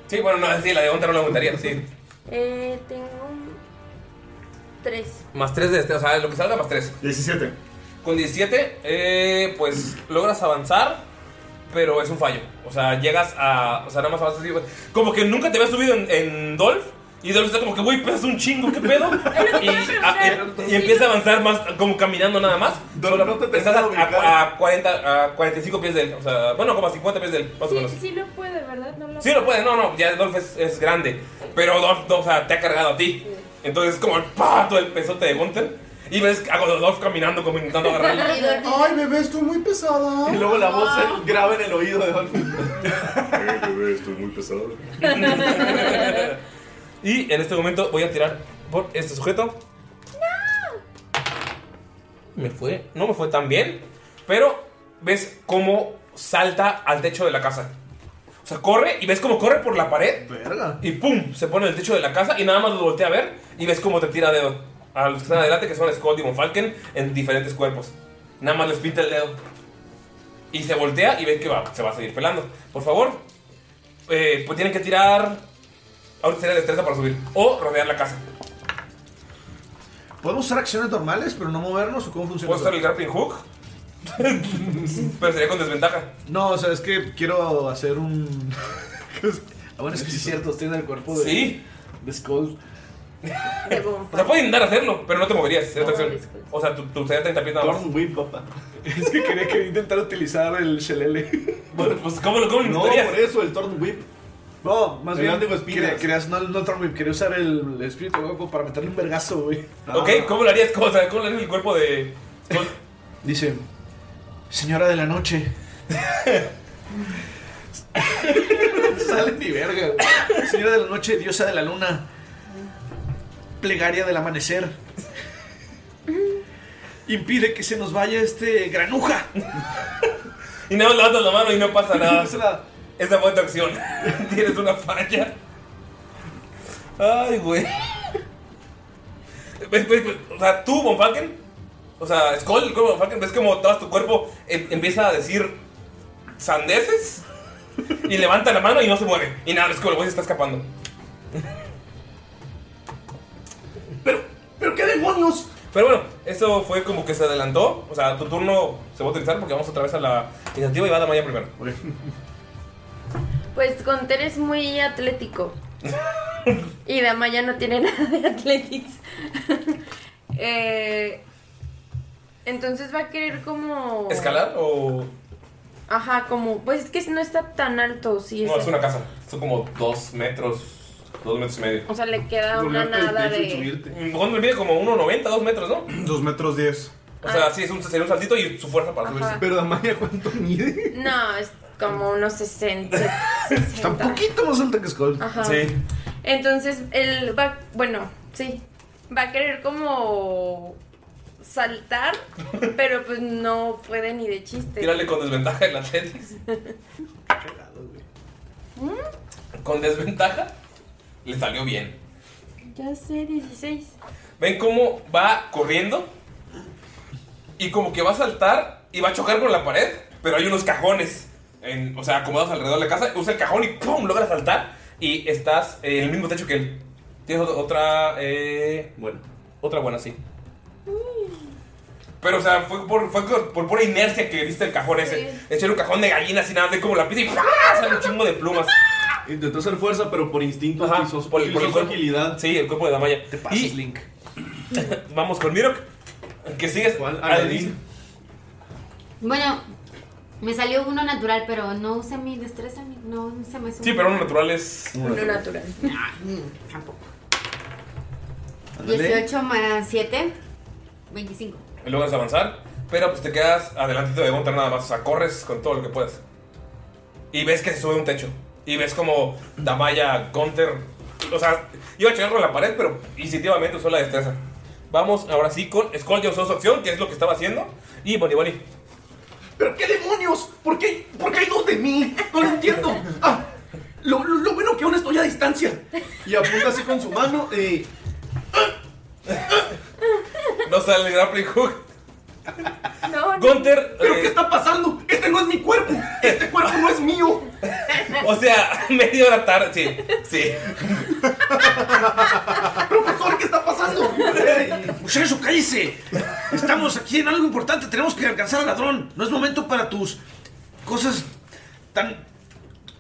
Sí, bueno, no, sí, la de Gunter no la aumentaría, sí. Eh, tengo un- tres. Más 3 de este, o sea, lo que salga más 3. 17. Con 17, eh, pues logras avanzar, pero es un fallo. O sea, llegas a. O sea, nada más avanzas así. güey. Como que nunca te había subido en, en Dolph. Y Dolph está como que, güey, pesas un chingo, ¿qué pedo? y, a- y- y empieza a avanzar más, como caminando nada más. Solo- estás a, a- a 40, a 45 pies de él. O sea, bueno, como a 50 pies de él, más o Sí, menos. sí lo puede, ¿verdad? No lo Sí, lo puede, no, no, ya Dolph es, es grande. Pero Dolph, Dolph, o sea, te ha cargado a ti. Entonces es como el pato el pesote de Gunter. Y ves a Dolph caminando, como intentando agarrarlo. Ay, bebé, estoy muy pesada. Y luego la voz ¿eh? se graba en el oído de Dolph. bebé, estoy muy pesado. Y en este momento voy a tirar por este sujeto. ¡No! Me fue, no me fue tan bien. Pero ves cómo salta al techo de la casa. O sea, corre y ves cómo corre por la pared. Y pum, se pone en el techo de la casa y nada más lo voltea a ver y ves cómo te tira dedo. A los que están adelante, que son Scott y Von Falken, en diferentes cuerpos. Nada más les pinta el dedo. Y se voltea y ven que va, se va a seguir pelando. Por favor, eh, pues tienen que tirar. Ahorita sería destreza para subir. O rodear la casa. ¿Podemos usar acciones normales, pero no movernos o cómo funciona? ¿Puedo usar el grappling hook? pero sería con desventaja. No, o sea, es que quiero hacer un. ah, bueno, es que sí es cierto, estoy en el cuerpo de. Sí. De Skull. O sea, puedes intentar hacerlo, pero no te moverías. sería otra acción. O sea, tu, tu sería 30 pies nada más. Torn whip, papá. Es que quería, quería intentar utilizar el shelele. Bueno, pues ¿cómo lo cómo No, por intentarías? eso, el Torn Whip. No, más El bien. látigo de espinas. quería- querías, no, no el Thorn Whip, quería usar el, el espíritu loco para meterle un vergazo, güey. Ah. Ok, ¿cómo lo harías? ¿Cómo, o sea, ¿cómo lo harías en el cuerpo de.? Dice: Señora de la noche. Sale ni verga, güey. Señora de la noche, diosa de la luna. Plegaria del amanecer. Impide que se nos vaya este granuja. Y nada más levantas la mano y no pasa nada. Es la- Esa fue tu acción. Tienes una falla. Ay, güey. Ves, ves, ves, O sea, tú, Von Falken, o sea, Skull, el cuerpo de Von Falken, ves como todo tu cuerpo em- empieza a decir sandeces y levanta la mano y no se mueve. Y nada, es como el güey se está escapando. Pero, pero qué demonios. Pero bueno, eso fue como que se adelantó. O sea, tu turno se va a utilizar porque vamos otra vez a la iniciativa y va a Damaya primero. Pues Gonter es muy atlético. y Damaya no tiene nada de athletics. Eh, entonces va a querer como. ¿Escalar o.? Ajá, como. Pues es que no está tan alto, sí. No, es una casa. Son como dos metros, dos metros y medio. O sea, le queda una nada de. Gondor mide como 1,90, 2 metros, ¿no? 2 metros 10. O sea, sí, es un, sería un saltito y su fuerza para subirse. Pero Damaya, ¿cuánto mide? No, es como unos 60. Está un poquito más alta que Skull. Ajá. Sí. Entonces él va. Bueno, sí. Va a querer como. Saltar, pero pues no puede ni de chiste. Tírale con desventaja el Athletics. Mm, Con desventaja, le salió bien. Ya sé, 16. Ven cómo va corriendo y como que va a saltar y va a chocar con la pared, pero hay unos cajones, en- o sea, acomodados alrededor de la casa. Usa el cajón y ¡pum! logra saltar y estás en el mismo techo que él. Tienes ot- otra... Eh, bueno. Otra buena, sí. Pero, o sea, fue por, fue por- por pura inercia que viste el cajón ese. De hecho, era un cajón de gallinas y nada, ve como la pisa y ¡fua! sale un chingo de plumas. Intentó hacer fuerza, pero por instinto Ajá, utilizó, por- por el utilizó su cuerpo. agilidad. Sí, el cuerpo de Damaya. Te pasas, Link. Vamos con Mirok. Que sigues. Ah, ¿Cuál? Aladín. Bueno, me salió uno natural, pero no usé mi destreza, ni- no se me subió. Sí, pero uno natural es. Uno natural. Mm, tampoco. 18 más 7, 25. Y logras avanzar, pero pues te quedas adelantito de Gunter nada más. O sea, corres con todo lo que puedes. Y ves que se sube un techo. Y ves como Damaya, Gunter. O sea, iba a chocar con la pared, pero instintivamente usó la destreza. Vamos ahora sí con Skull ya usó su acción, que es lo que estaba haciendo. Y Bonnie Bonnie. ¿Pero qué demonios? ¿Por qué, por qué hay dos de mí? No lo entiendo. Ah, lo, lo- lo bueno que aún estoy a distancia. Y apunta así con su mano y. No sale el grappling hook. No, no. Gunter. eh, ¿Pero qué está pasando? Este no es mi cuerpo. Este cuerpo no es mío. O sea, media hora tarde. Sí, sí. Profesor, ¿qué está pasando? Pues Muchacho, cállese. Estamos aquí en algo importante. Tenemos que alcanzar al ladrón. No es momento para tus cosas tan.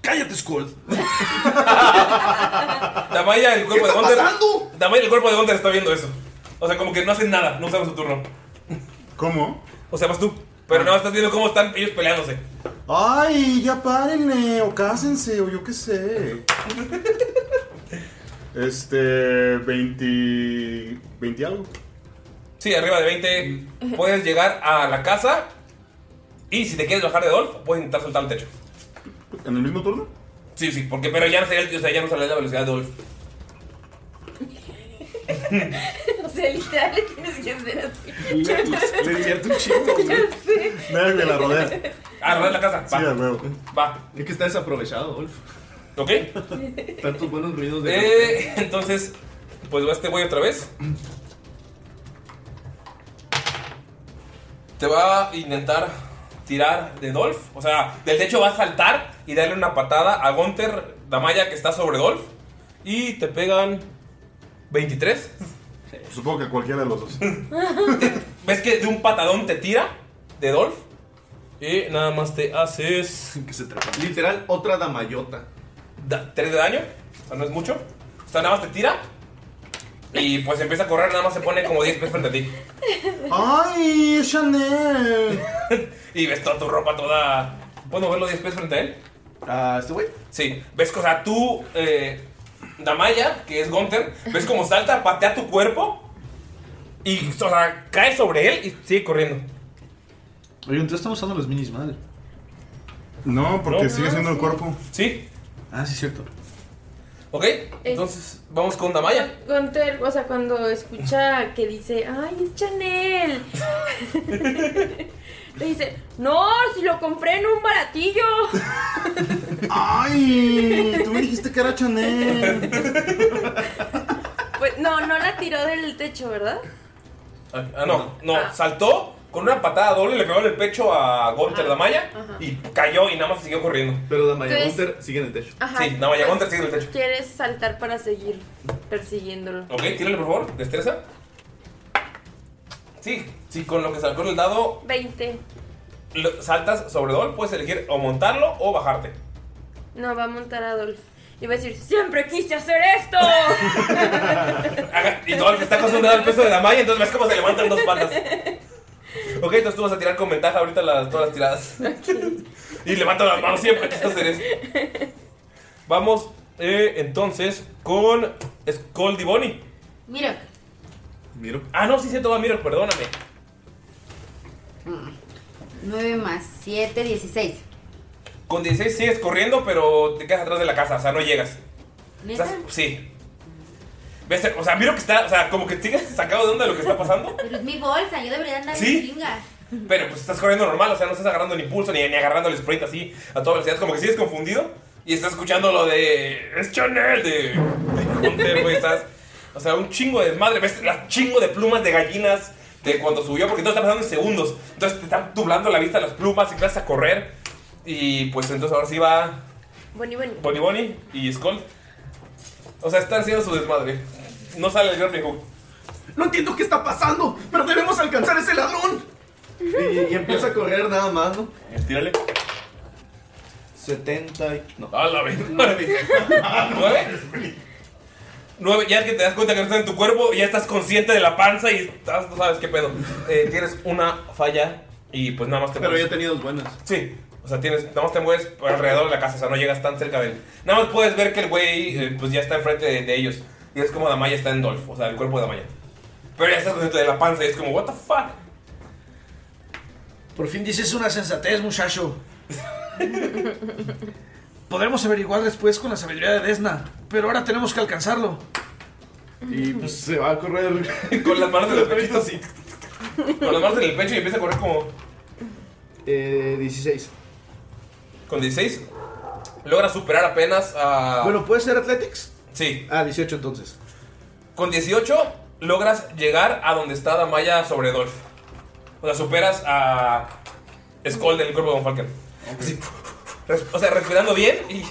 Cállate, Skull. Damaya, el cuerpo de ¿Qué está Gunter. pasando? Damaya, el cuerpo de Gunter está viendo eso. O sea, como que no hacen nada, no usaron su turno. ¿Cómo? Ah. O sea, vas tú. Pero no estás viendo cómo están ellos peleándose. Ay, ya párenle, o cásense, o yo qué sé. Este. 20. 20 algo. Sí, arriba de Mm. 20 puedes llegar a la casa. Y si te quieres bajar de Dolph, puedes intentar soltar el techo. ¿En el mismo turno? Sí, sí, porque pero ya no sería el- o sea, ya no sale la velocidad de Dolph. O sea, literal le tienes que hacer así. le divierte un chingo, güey. Ya sé. Nadie me la rodea. Ah, rodea la casa. Sí, a huevo. Va. Es que está desaprovechado, Wolf. ¿Ok? Tantos buenos ruidos de. Eh, entonces, pues va este güey otra vez. Te va a intentar tirar de Dolph. O sea, del techo va a saltar y darle una patada a Gunter, Damaya, que está sobre Dolph. Y te pegan 23. Supongo que cualquiera de los dos. ¿Ves que de un patadón te tira de Dolph? Y nada más te haces. Que se Literal, otra damayota. ¿Tres de daño? O sea, no es mucho. O sea, nada más te tira. Y pues empieza a correr, nada más se pone como 10 pies frente a ti. ¡Ay, es Chanel! Y ves toda tu ropa toda. ¿Puedo moverlo 10 pies frente a él? Ah, este güey. Sí. Ves, o sea, tú, eh, Damaya, que es Gunter, ves como salta, patea tu cuerpo. Y, o sea, cae sobre él y sigue corriendo. Oye, entonces estamos usando los minis, madre. No, porque No. sigue siendo el cuerpo. Sí. Ah, sí, cierto. ¿Ok? Entonces, vamos con Damaya. Gunter, o sea, cuando escucha que dice, ay, es Chanel. Le dice, no, si lo compré en un baratillo. ¡Ay! Tú me dijiste que era Chanel. Pues no, no la tiró del techo, ¿verdad? Ah, ah, no, no, saltó con una patada doble, le pegó en el pecho a Gunter Ah. Damaya Ajá. y cayó y nada más siguió corriendo. Pero Damaya Entonces- Gunter sigue en el techo. Ajá. Sí, Damaya Gunter sigue en el techo. Quieres saltar para seguir persiguiéndolo. Ok, tírale por favor, destreza. Sí, sí, con lo que sacó el dado, 20. lo- saltas sobre Dolph, puedes elegir o montarlo o bajarte. No, va a montar a Adolf. Y va a decir, siempre quise hacer esto. Y Dolph está acostumbrado al peso de Damaya, entonces ves cómo se levantan dos patas. Ok, entonces tú vas a tirar con ventaja ahorita las, todas las tiradas. Y levanta las manos siempre que hacer eso. Vamos eh, entonces con Skull Divoni. Mira, Miro. Ah, no, sí se toma Miro, perdóname. 9 más 7, 16. Con 16 sigues corriendo, pero te quedas atrás de la casa, o sea, no llegas. O sea, ¿Neta? sí. Ves, O sea, Miro que está, o sea, como que sigues sacado de onda de lo que está pasando, Pero es mi bolsa, yo debería andar ¿Sí? en chinga. pero pues estás corriendo normal, o sea, no estás agarrando ni pulso ni, ni agarrando el sprint así a toda velocidad, como que sigues confundido y estás escuchando lo de. Es Chanel de. de Hunter, güey, estás. O sea, un chingo de desmadre, ves las chingo de plumas de gallinas de cuando subió, porque todo está pasando en segundos. Entonces te están nublando la vista las plumas y empiezas a correr. Y pues entonces ahora sí va Boni, boni. Bonnie Bonnie y Skull. O sea, están haciendo su desmadre. No sale el Grappling Hook. No entiendo qué está pasando, pero debemos alcanzar a ese ladrón. Y, y empieza a correr nada más, ¿no? Eh, Tírale. Ah. 70 y. No. A la vez. ¿Nueve? Nueve. Ya que te das cuenta que no está en tu cuerpo, ya estás consciente de la panza y estás, no sabes qué pedo. Eh, tienes una falla y pues nada más te Pero mueves. ya he tenido dos buenas. Sí. O sea, tienes, nada más te mueves alrededor de la casa, o sea, no llegas tan cerca de él. Nada más puedes ver que el güey eh, pues ya está enfrente de, de ellos. Y es como Damaya está en Dolph, o sea, el cuerpo de Damaya. Pero ya estás consciente de la panza y es como, what the fuck. Por fin dices una sensatez, muchacho. Podremos averiguar después con la sabiduría de Desna, pero ahora tenemos que alcanzarlo. Y pues se va a correr. Con las manos de los pechitos y. Con las manos en el pecho y empieza a correr como. Eh, 16. Con 16. Logra superar apenas a. Bueno, ¿puede ser Athletics? Sí. Ah, 18 entonces. Con 18 logras llegar a donde está Damaya sobre Dolph. O sea, superas a Skull en el cuerpo de Von Falken. Así, res- o sea, respirando bien y.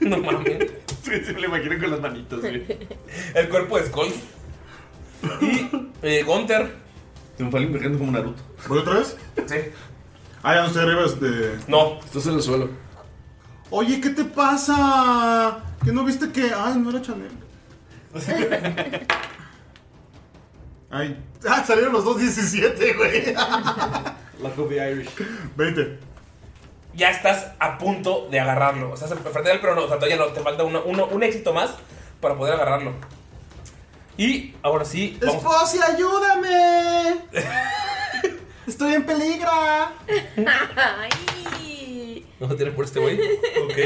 No mames. Sí, sí, me lo imagino con las manitos, El cuerpo de Skull. Y eh, Gunter. Te me fallen corriendo como Naruto. ¿Voy otra vez? Sí. Ah, ya no estoy arriba de. No. Estás en el suelo. Oye, ¿qué te pasa? ¿Que no viste que.? Ay, no era Chanel. Ay. Ah, salieron los dos 17, güey. La copia Irish. 20. Ya estás a punto de agarrarlo. O sea, frente a él, pero no, o sea, todavía no. Te falta uno, uno- un éxito más para poder agarrarlo. Y ahora sí, vamos ¡Esposi, ayúdame! Estoy en peligro. Ay. No tiene por este güey. Ok.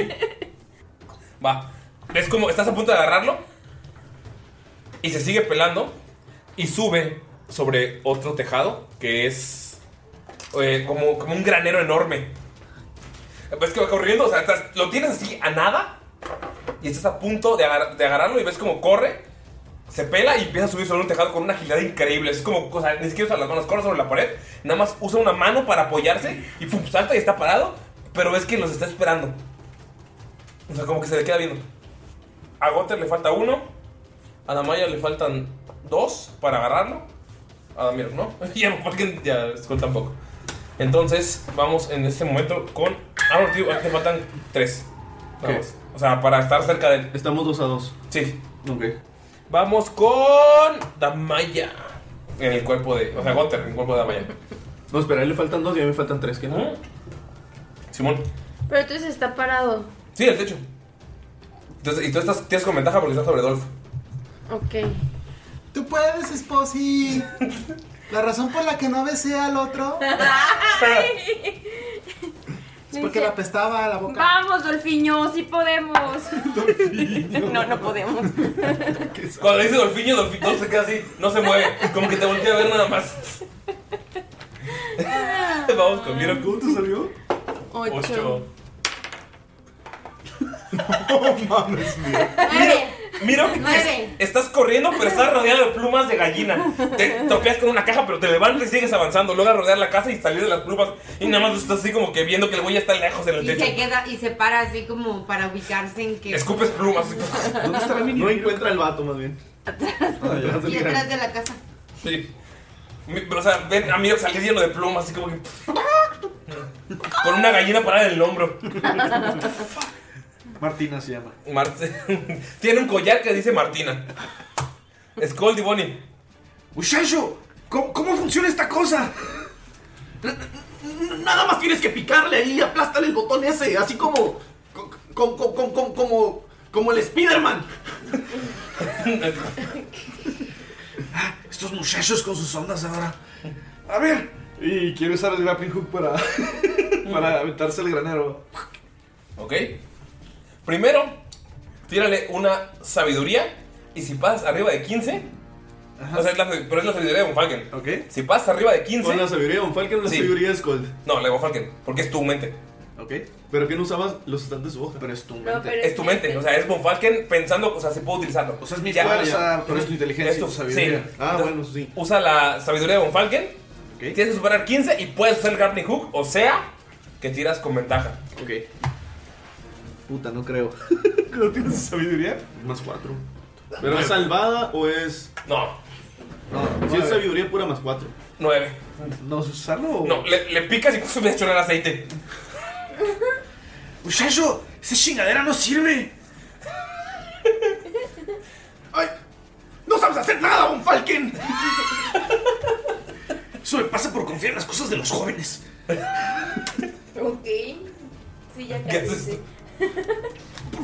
Va. ¿Ves cómo estás a punto de agarrarlo? Y se sigue pelando. Y sube sobre otro tejado que es eh, como, como un granero enorme. ¿Ves que va corriendo? O sea, estás- lo tienes así a nada. Y estás a punto de, agar- de agarrarlo y ves cómo corre. Se pela y empieza a subir sobre un tejado con una agilidad increíble. Es como, o sea, ni siquiera usa las manos, corre sobre la pared. Nada más usa una mano para apoyarse y pum, salta y está parado. Pero es que los está esperando. O sea, como que se le queda viendo. A Gotter le falta uno. A Damaya le faltan dos para agarrarlo. A Damir, ¿no? ya, porque ya, Skull tampoco. Entonces, vamos en este momento con. Ah, no, tío, te faltan tres. Nada Ok. más. O sea, para estar cerca de él. Estamos dos a dos. Sí. Ok. Vamos con Damaya. En el cuerpo de. O sea, Gunter, en el cuerpo de Damaya. No, espera, a él le faltan dos y a mí me faltan tres. ¿Qué no? Simón. Pero entonces está parado. Sí, el techo. Entonces, y tú estás, tienes con ventaja porque estás sobre Dolph. Ok. Tú puedes, Esposi. La razón por la que no besé al otro es porque la apestaba a la boca. Vamos, Dolfiño, sí podemos. no, no podemos. Cuando le dice Dolfiño, Dolfi- Dolph se queda así, no se mueve. Como que te voltea a ver nada más. Vamos con Miro. ¿Cómo te salió? Ocho. Ocho. No mames, Miro, que Nueve. es- estás corriendo, pero estás rodeado de plumas de gallina. Te topeas con una caja, pero te levantas y sigues avanzando. Logras rodear la casa y salir de las plumas. Y nada más estás así como que viendo que el güey ya está lejos en el Y techo. se queda y se para así como para ubicarse en que. Escupes plumas. ¿Dónde estará mi No encuentra el vato, más bien. Y atrás de la casa. Sí. Mi- Pero, o sea, ven a Miro salir lleno de plumas, así como que. Con una gallina parada en el hombro. Martina se llama. Mar- Tiene un collar que dice Martina. Skull Bonnie. Muchacho, ¿cómo, cómo funciona esta cosa? Nada más tienes que picarle ahí, aplástale el botón ese, así como. Como, como, como, como, como, como el Spider-Man. Ah, Estos muchachos con sus ondas ahora. A ver. Y quiero usar el grappling hook para. para aventarse el granero. ¿Ok? Primero, tírale una sabiduría. Y si pasas arriba de 15. O sea, es la- pero es la sabiduría de Von Falken. Si pasas arriba de 15. ¿Con la sabiduría de Von Falken o la sabiduría de Skull? No, la de Von Falken. Porque es tu mente. Ok. ¿Pero qué no usabas los estantes de su hoja? Pero es tu mente. es tu mente. O sea, es Von Falken pensando. O sea, se puede utilizarlo. O sea, es mi fuerza, pero es tu inteligencia y tu sabiduría. Ah, bueno, sí. Usa la sabiduría de Von Falken. Tienes que superar 15 y puedes usar el grappling hook. O sea, que tiras con ventaja. Ok. Puta, no creo. ¿No tienes sabiduría? Más cuatro. ¿Pero es salvada o es.? No. No, si es sabiduría pura más cuatro. 9. ¿No usarlo? No, le, le picas y pues, me chorrea el aceite. Muchacho, esa chingadera no sirve. ¡Ay! ¡No sabes hacer nada, Von Falken! Eso me pasa por confiar en las cosas de los jóvenes. Ok. Sí, ya ¿Qué casi. haces?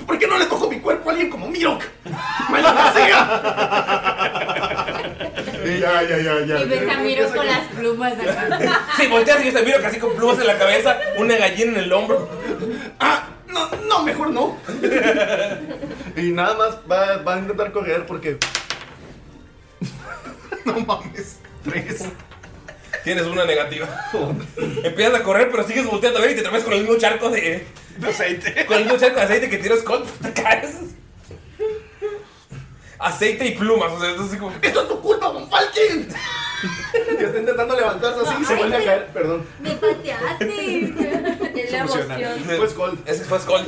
¿Por qué no le cojo mi cuerpo a alguien como Mirok? ¡Maldita sea! Ya, ya, ya, ya. Y ves a Miro con las plumas acá. Sí, volteas y ves a Miro casi con plumas en la cabeza, una gallina en el hombro. No, no, mejor no. y nada más va, va a intentar correr porque. No mames. Tres. Tienes una negativa. Empiezas a correr, pero sigues volteando a ver y te traes con el mismo charco de, aceite. Con el mismo charco de aceite que tiras con. Te caes. Aceite y plumas. O sea, esto es así como. ¡Esto es tu culpa, Von Falken! que está intentando levantarse así y se Ay, vuelve a pero- caer. Perdón. Me pateaste. Es la emoción. Pues Fue Skull. Ese fue Skull.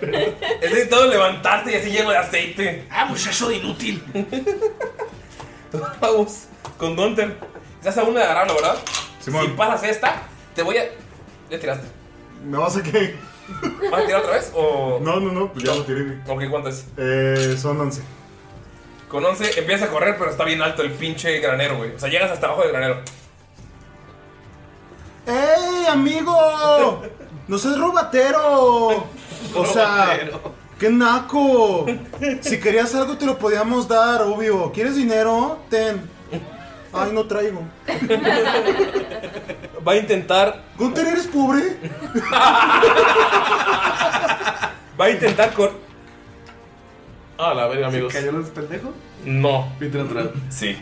He necesitado levantarte y así lleno de aceite. Ah, muchacho de inútil. Vamos con Gunter. Estás a una de agarrarlo, ¿verdad? Si pasas esta, te voy a. Le tiraste. ¿Me vas a qué? ¿Vas a tirar otra vez? O... No, no, no, pues ya lo tiré. Ok, ¿cuánto es? Eh, son 11. Con 11 empiezas a correr, pero está bien alto el pinche granero, güey. O sea, llegas hasta abajo del granero. ¡Ey, amigo! ¡No seas robatero! O sea, ¡qué naco! Si querías algo te lo podíamos dar, obvio. ¿Quieres dinero? Ten. Ay, no traigo. Va a intentar. Gunter, ¿eres pobre? Va a intentar con. Ah, la verga, amigos. ¿Cayó el pendejo? No. Peter Andrade. Sí.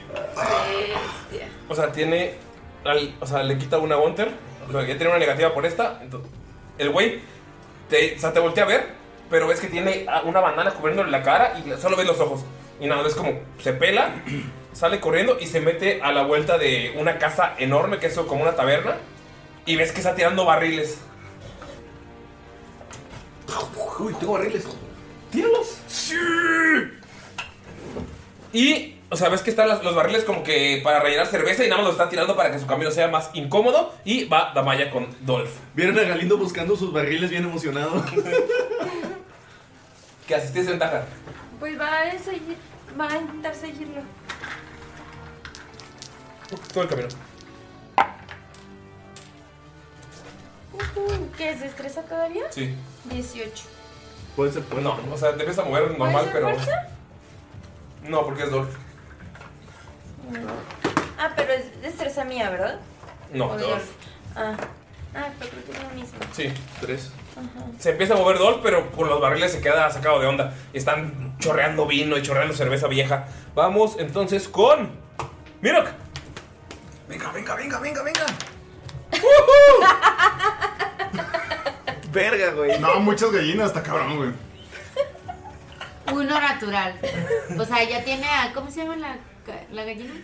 O sea, tiene. al- o sea, le quita una Gunter. O sea, ya tiene una negativa por esta. ento- el güey. Te, o sea, te voltea a ver. Pero ves que tiene a- una banana cubriéndole la cara. Y solo ves los ojos. Y nada, ves como se pela. Sale corriendo y se mete a la vuelta de una casa enorme. Que es como una taberna. Y ves que está tirando barriles. Uy, tengo barriles. ¡Tíralos! ¡Sí! Y, o sea, ves que están las- los barriles como que para rellenar cerveza y nada más los está tirando para que su camino sea más incómodo. Y va Damaya con Dolph. Vieron a Galindo buscando sus barriles bien emocionado. que asistís ventaja. Pues va a seguir. Va a intentar seguirlo. Todo el camino. Ujú, ¿Qué es destreza todavía? Sí. 18. Puede ser No, o sea, te empieza a mover Pues ¿Puede normal, ser pero. fuerza? No, porque es Dolph. Ah, pero es destreza mía, ¿verdad? No, O de Dolph. Dolph. Ah. Ah, pero creo que es lo mismo. Sí. Tres. Ajá. Se empieza a mover Dolph, pero por los barriles se queda sacado de onda. Están chorreando vino y chorreando cerveza vieja. Vamos entonces con. ¡Mirok! Venga, venga, venga, venga, venga. Verga, güey. No, muchas gallinas, está cabrón, güey. Uno natural. O sea, ya tiene a. ¿Cómo se llama la, ca- la gallina?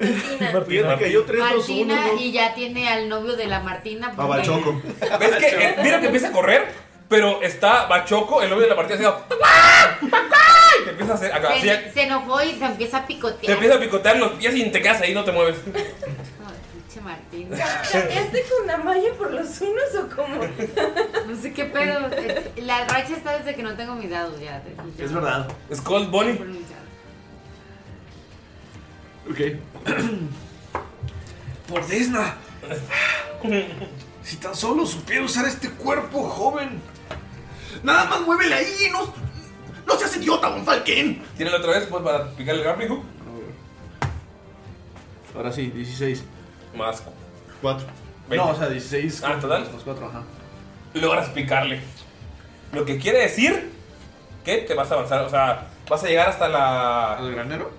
Fíjate que yo tres, dos, uno. Martina dos. y ya tiene al novio de la Martina. porque- ¿Ves que eh, mira que empieza a correr? Pero está Bachoco, el novio de la partida, haciendo. "Papá, papá", y Te empieza a hacer acá, así, Se, se enojó y se empieza a te picotear. empieza a picotear los pies y te quedas ahí, no te mueves. Pinche Martín. ¿Chateaste con la malla por los unos o cómo? No sé Pues, qué pedo. Eh, La racha está desde que no tengo mis dados ya. Es verdad. Es Cold Bonnie. Ok. Por Desna. Si tan solo supiera usar este cuerpo joven. Nada más muévele ahí, no, no seas idiota, Von Falken. Tíralo otra vez pues, para picar el grappling hook. Ahora sí, 16. Más 4. No, o sea, 16. Ah, total. Los 4, ajá. Logras picarle. Lo que quiere decir que te vas a avanzar, o sea, vas a llegar hasta la. ¿Al granero?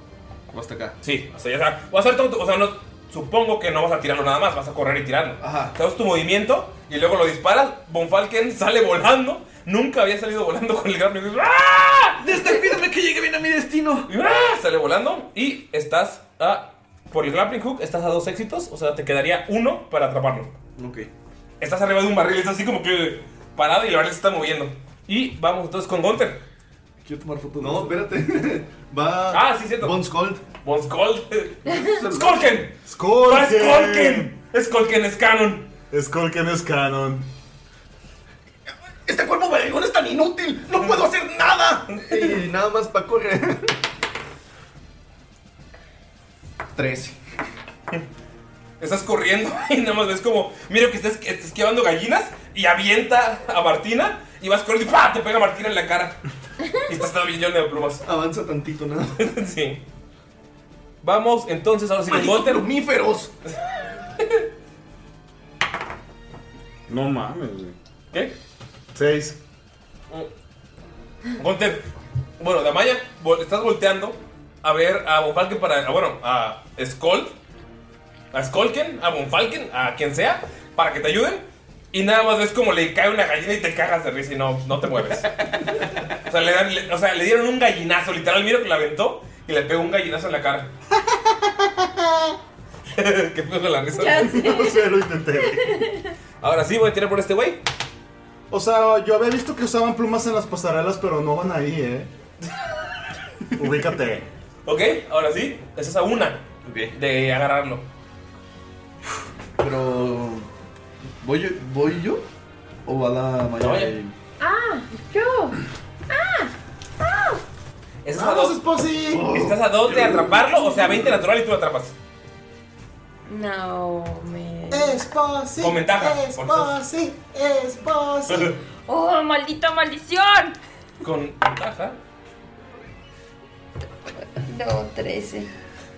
¿O hasta acá? Sí, hasta allá. O sea, vas a hacer todo tu- O sea, no, supongo que no vas a tirarlo nada más, vas a correr y tirarlo. Ajá. Te das tu movimiento y luego lo disparas. Bonfalken sale volando. Nunca había salido volando con el grappling hook. ¡Ah! Despídame que llegue bien a mi destino. ¡Ah! Sale volando y estás a. Por el grappling hook estás a dos éxitos, o sea, te quedaría uno para atraparlo. Ok. Estás arriba de un barril, estás así como que parado y la barril se está moviendo. Y vamos entonces con Gunter. Quiero tomar fotos. No, espérate. Va. Ah, sí, cierto. Bones Cold. Bones Cold. ¡Skolken! ¡Va Skolken! ¡Skolken es canon! ¡Skolken es canon! Este cuerpo varegón es tan inútil. No puedo hacer nada. Y nada más para correr. 13. Estás corriendo y nada más ves como, mira que estás que estás esquivando gallinas y avienta a Martina y vas corriendo y ¡pa! te pega Martina en la cara. Y estás todo lleno de plumas. Avanza tantito nada. sí. Vamos entonces ahora sí con Malditos Gunter. plumíferos. No mames, güey. ¿Qué? 6. Gunter. Bueno, Damaya, vol- estás volteando a ver a Bonfalken para. a, bueno, a Skull. A Skolken, a Bonfalken, a quien sea, para que te ayuden. Y nada más ves como le cae una gallina y te cagas de risa y no, no te mueves. o, sea, le dan- le- o sea, le dieron un gallinazo, literal. Miro que la aventó y le pegó un gallinazo en la cara. Qué fue la risa. Ya sé. No sé, lo intenté. Ahora sí voy a tirar por este güey. O sea, yo había visto que usaban plumas en las pasarelas, pero no van ahí, ¿eh? Ubícate. Ok, ahora sí. Esa es a una de agarrarlo. Pero. ¿Voy yo? ¿Voy yo? ¿O va la No, Maya? vaya. ¡Ah! ¡Yo! ¡Ah! ¡Ah! Estás a dos. Estás a dos de atraparlo, o sea, 20 natural y tú lo atrapas. No, me. Esposi. Con ventaja, por Esposi. Esposi. ¡Oh, maldita maldición! Con ventaja. No, 13.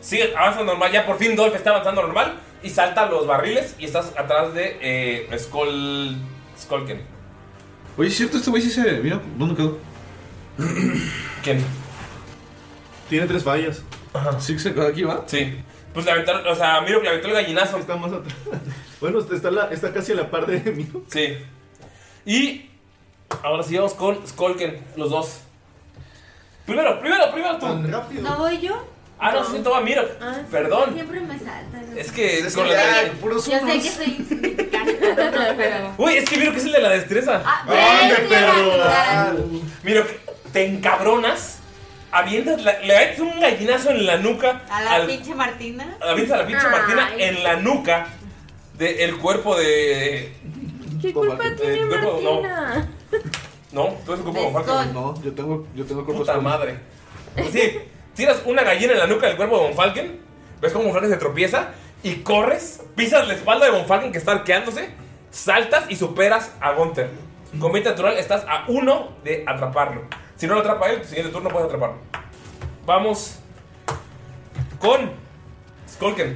Sigue avanza normal, ya por fin Dolph está avanzando normal y salta los barriles y estás atrás de eh, Skull. Skulken. Oye, es cierto, este güey sí se. Mira, ¿dónde quedó? ¿Quién? Tiene tres fallas. Ajá. ¿Sí se quedó aquí, va? Sí. Pues le aventaron, o sea, miro que le aventó el gallinazo. Está más atrás. Bueno, está, la- está casi a la par de mí. Sí. Y ahora sí vamos con Skulken, los dos. Primero, primero, primero tú. ¿No voy yo? Ah, no, No. siento a Miro. Ah, sí, Perdón. Siempre me saltan. Es que Yo con la de- sé que soy insignificante, pero. Uy, es que Miro que es el de la destreza. Ah, ¡Vete, perro! Miro, te encabronas, avientas la- le avientas un gallinazo en la nuca A la al- pinche Martina. avientas a la pinche Martina Ay. en la nuca del cuerpo de ¿Qué Martín. culpa Eh, tiene cuerpo, no. Martina? no, tú eres el cuerpo de Falken. No, yo tengo, yo tengo cuerpo Puta madre. Sí, tiras una gallina en la nuca del cuerpo de Von Falken, ves cómo Von Falken se tropieza y corres, pisas la espalda de Von Falken que está arqueándose, saltas y superas a Gunther. Con 20 natural estás a uno de atraparlo. Si no lo atrapa él, tu siguiente turno puedes atraparlo. Vamos con Skulken.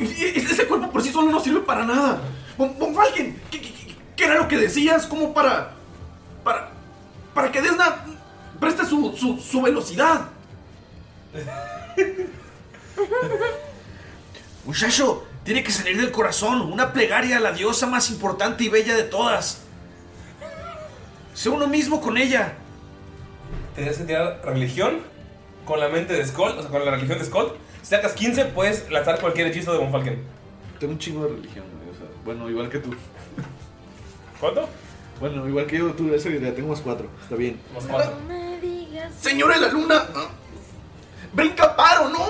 E-, Ese cuerpo por sí solo no sirve para nada. Von, Von Falken, ¿qué, qué- qué- qué era lo que decías? ¿Cómo para. para. para que Desna preste su, su, su velocidad? Muchacho, tiene que salir del corazón una plegaria a la diosa más importante y bella de todas. Sé uno mismo con ella. Tendrías que tirar religión con la mente de Skull, o sea, con la religión de Skull. Si sacas 15, puedes lanzar cualquier hechizo de Von Falken. Tengo un chingo de religión, güey, o sea, bueno, igual que tú. ¿Cuánto? Bueno, igual que yo, tú, ese ya tengo más cuatro, está bien. Más cuatro. me digas. Señora de la luna, ¿ah? brinca paro, ¿no?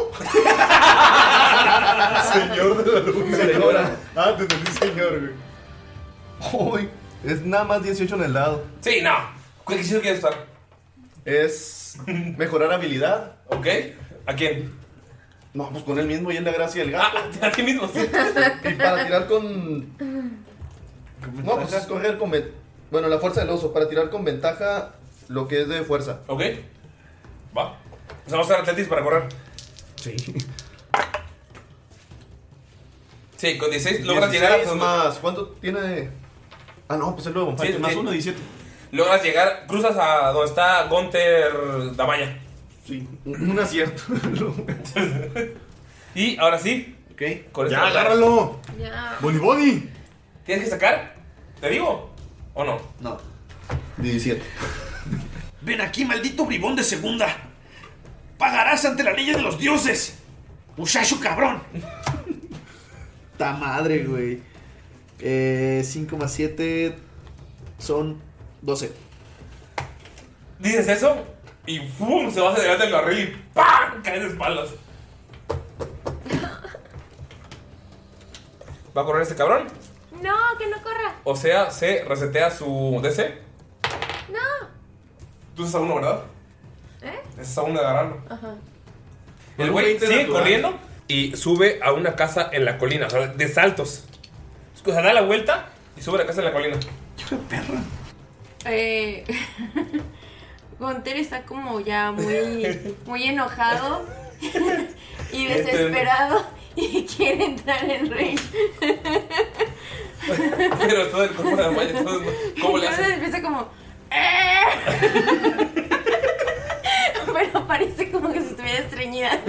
Ah, Señor de la luna. Señora. Ah, te entendí, señor, güey. Uy, es nada más 18 en el lado. Sí, no. ¿Qué hechizo quieres usar? Es mejorar habilidad. Ok. ¿A quién? Ah, No, pues con él mismo y en la gracia del gato. a ti mismo, sí. y para tirar con. No, pues es correr con. ven- Bueno, la fuerza del oso. Para tirar con ventaja lo que es de fuerza. Ok. Va. O sea, vamos a usar Atletis para correr. Sí. Sí, con 16 logras llegar a más. ¿Cuánto tiene.? Ah, no, pues es luego. Sí, más sí. uno, 17. Logras llegar, cruzas a donde está Gunter Damaya. Sí, un acierto. y ahora sí. Ok. Con Ya, esta- agárralo. Ya. Bonnie Bonnie. ¿Tienes que sacar? ¿Te digo? ¿O no? No. 17. Ven aquí, maldito bribón de segunda. Pagarás ante la ley de los dioses. Muchacho cabrón. Ta madre, güey. 5 más 7 son 12. Dices eso y ¡fum! Se va hacia adelante el barril y ¡pam! Caes de espaldas. Va a correr este cabrón. No, que no corra. O sea, se resetea su DC. No. Tú estás a uno, ¿verdad? ¿Eh? Estás a uno de agarrarlo. Ajá. El güey Veinte sigue natural. corriendo y sube a una casa en la colina, o sea, de saltos. O sea, da la vuelta y sube a la casa en la colina. Eh, Gonter está como ya muy, muy enojado Este, y desesperado y quiere entrar en rage. Pero todo el cuerpo de la malla, entonces, ¿cómo le Entonces hace? empieza como... "Eh". Pero parece como que si estuviera estreñida.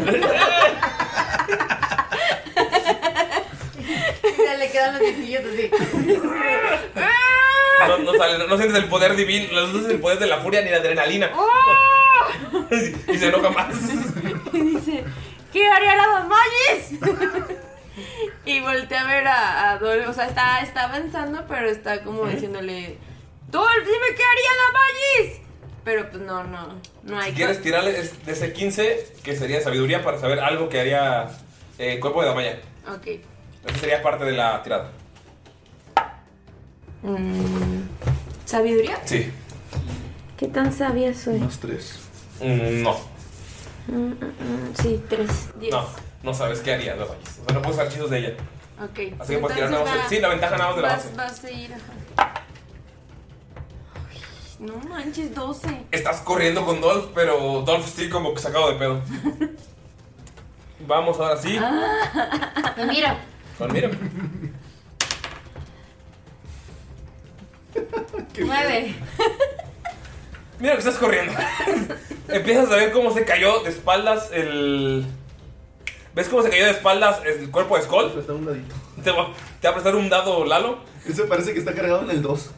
Ya le quedan los dientecillos así. No, no sale, no, no sientes el poder divino, no sientes el poder de la furia ni la adrenalina. ¡Oh! Y se enoja más. Y dice, ¿Qué haría la emojis? y volteé a ver a, a Dolph. O sea, está, está avanzando, pero está como diciéndole: Dolph, dime qué haría la Magis. Pero pues no, no. No hay Si quieres tirarle es- de ese 15, que sería sabiduría para saber algo que haría eh, cuerpo de Damaya. Ok. Esa sería parte de la tirada. Mm, ¿Sabiduría? Sí. ¿Qué tan sabia soy? Más 3. No. Mm, mm, mm, sí, tres. Diez. No, no sabes qué haría la Damaya. O sea, no puedes usar hechizos de ella. Ok. Así que puedes tirar nada más de- sí, la ventaja nada más de la vas, base. Vas a ir, ajá. Ay, No manches, 12. Estás corriendo con Dolph, pero Dolph sí como que sacado de pedo. Vamos ahora sí. Pues mira, Con mira. nueve. Mira que estás corriendo. Empiezas a ver cómo se cayó de espaldas el. ¿Ves cómo se cayó de espaldas el cuerpo de Skull? Te va, te va a prestar un dado, Lalo. Ese parece que está cargado en el 2.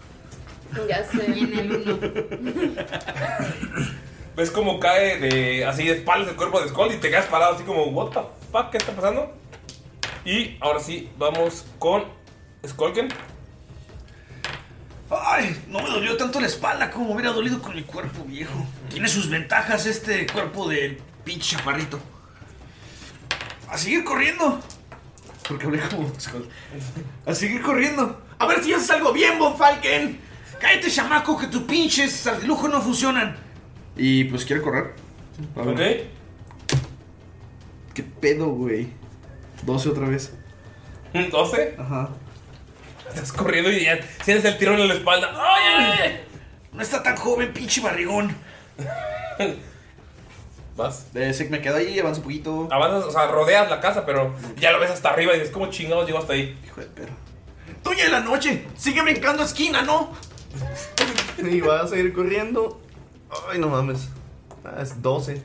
Ya sé. en el uno. ¿Ves cómo cae de, así de espaldas el cuerpo de Skull y te quedas parado así como, ¿What the fuck? ¿Qué está pasando? Y ahora sí, vamos con Skulken. Ay, no me dolió tanto la espalda como me hubiera dolido con mi cuerpo viejo. Tiene sus ventajas este cuerpo de pinche chaparrito. A seguir corriendo. Porque hablé como Skull. A seguir corriendo. A ver si haces algo bien, Von Falken. Cállate, chamaco, que tus pinches artilujos no funcionan. Y pues quiere correr. A ver. ¿Qué pedo, güey? 12 otra vez. ¿12? Ajá. Estás corriendo y ya sientes el tirón en la espalda. ¡Ay, ay, ay! No está tan joven, pinche barrigón. ¿Vas? me quedo ahí, avanzo un poquito. Avanzas, o sea, rodeas la casa, pero ya lo ves hasta arriba y dices, ¿cómo chingados llego hasta ahí? Hijo de perro. Toña de la noche, sigue brincando esquina, ¿no? y va a seguir corriendo. Ay, no mames. Ah, es 12.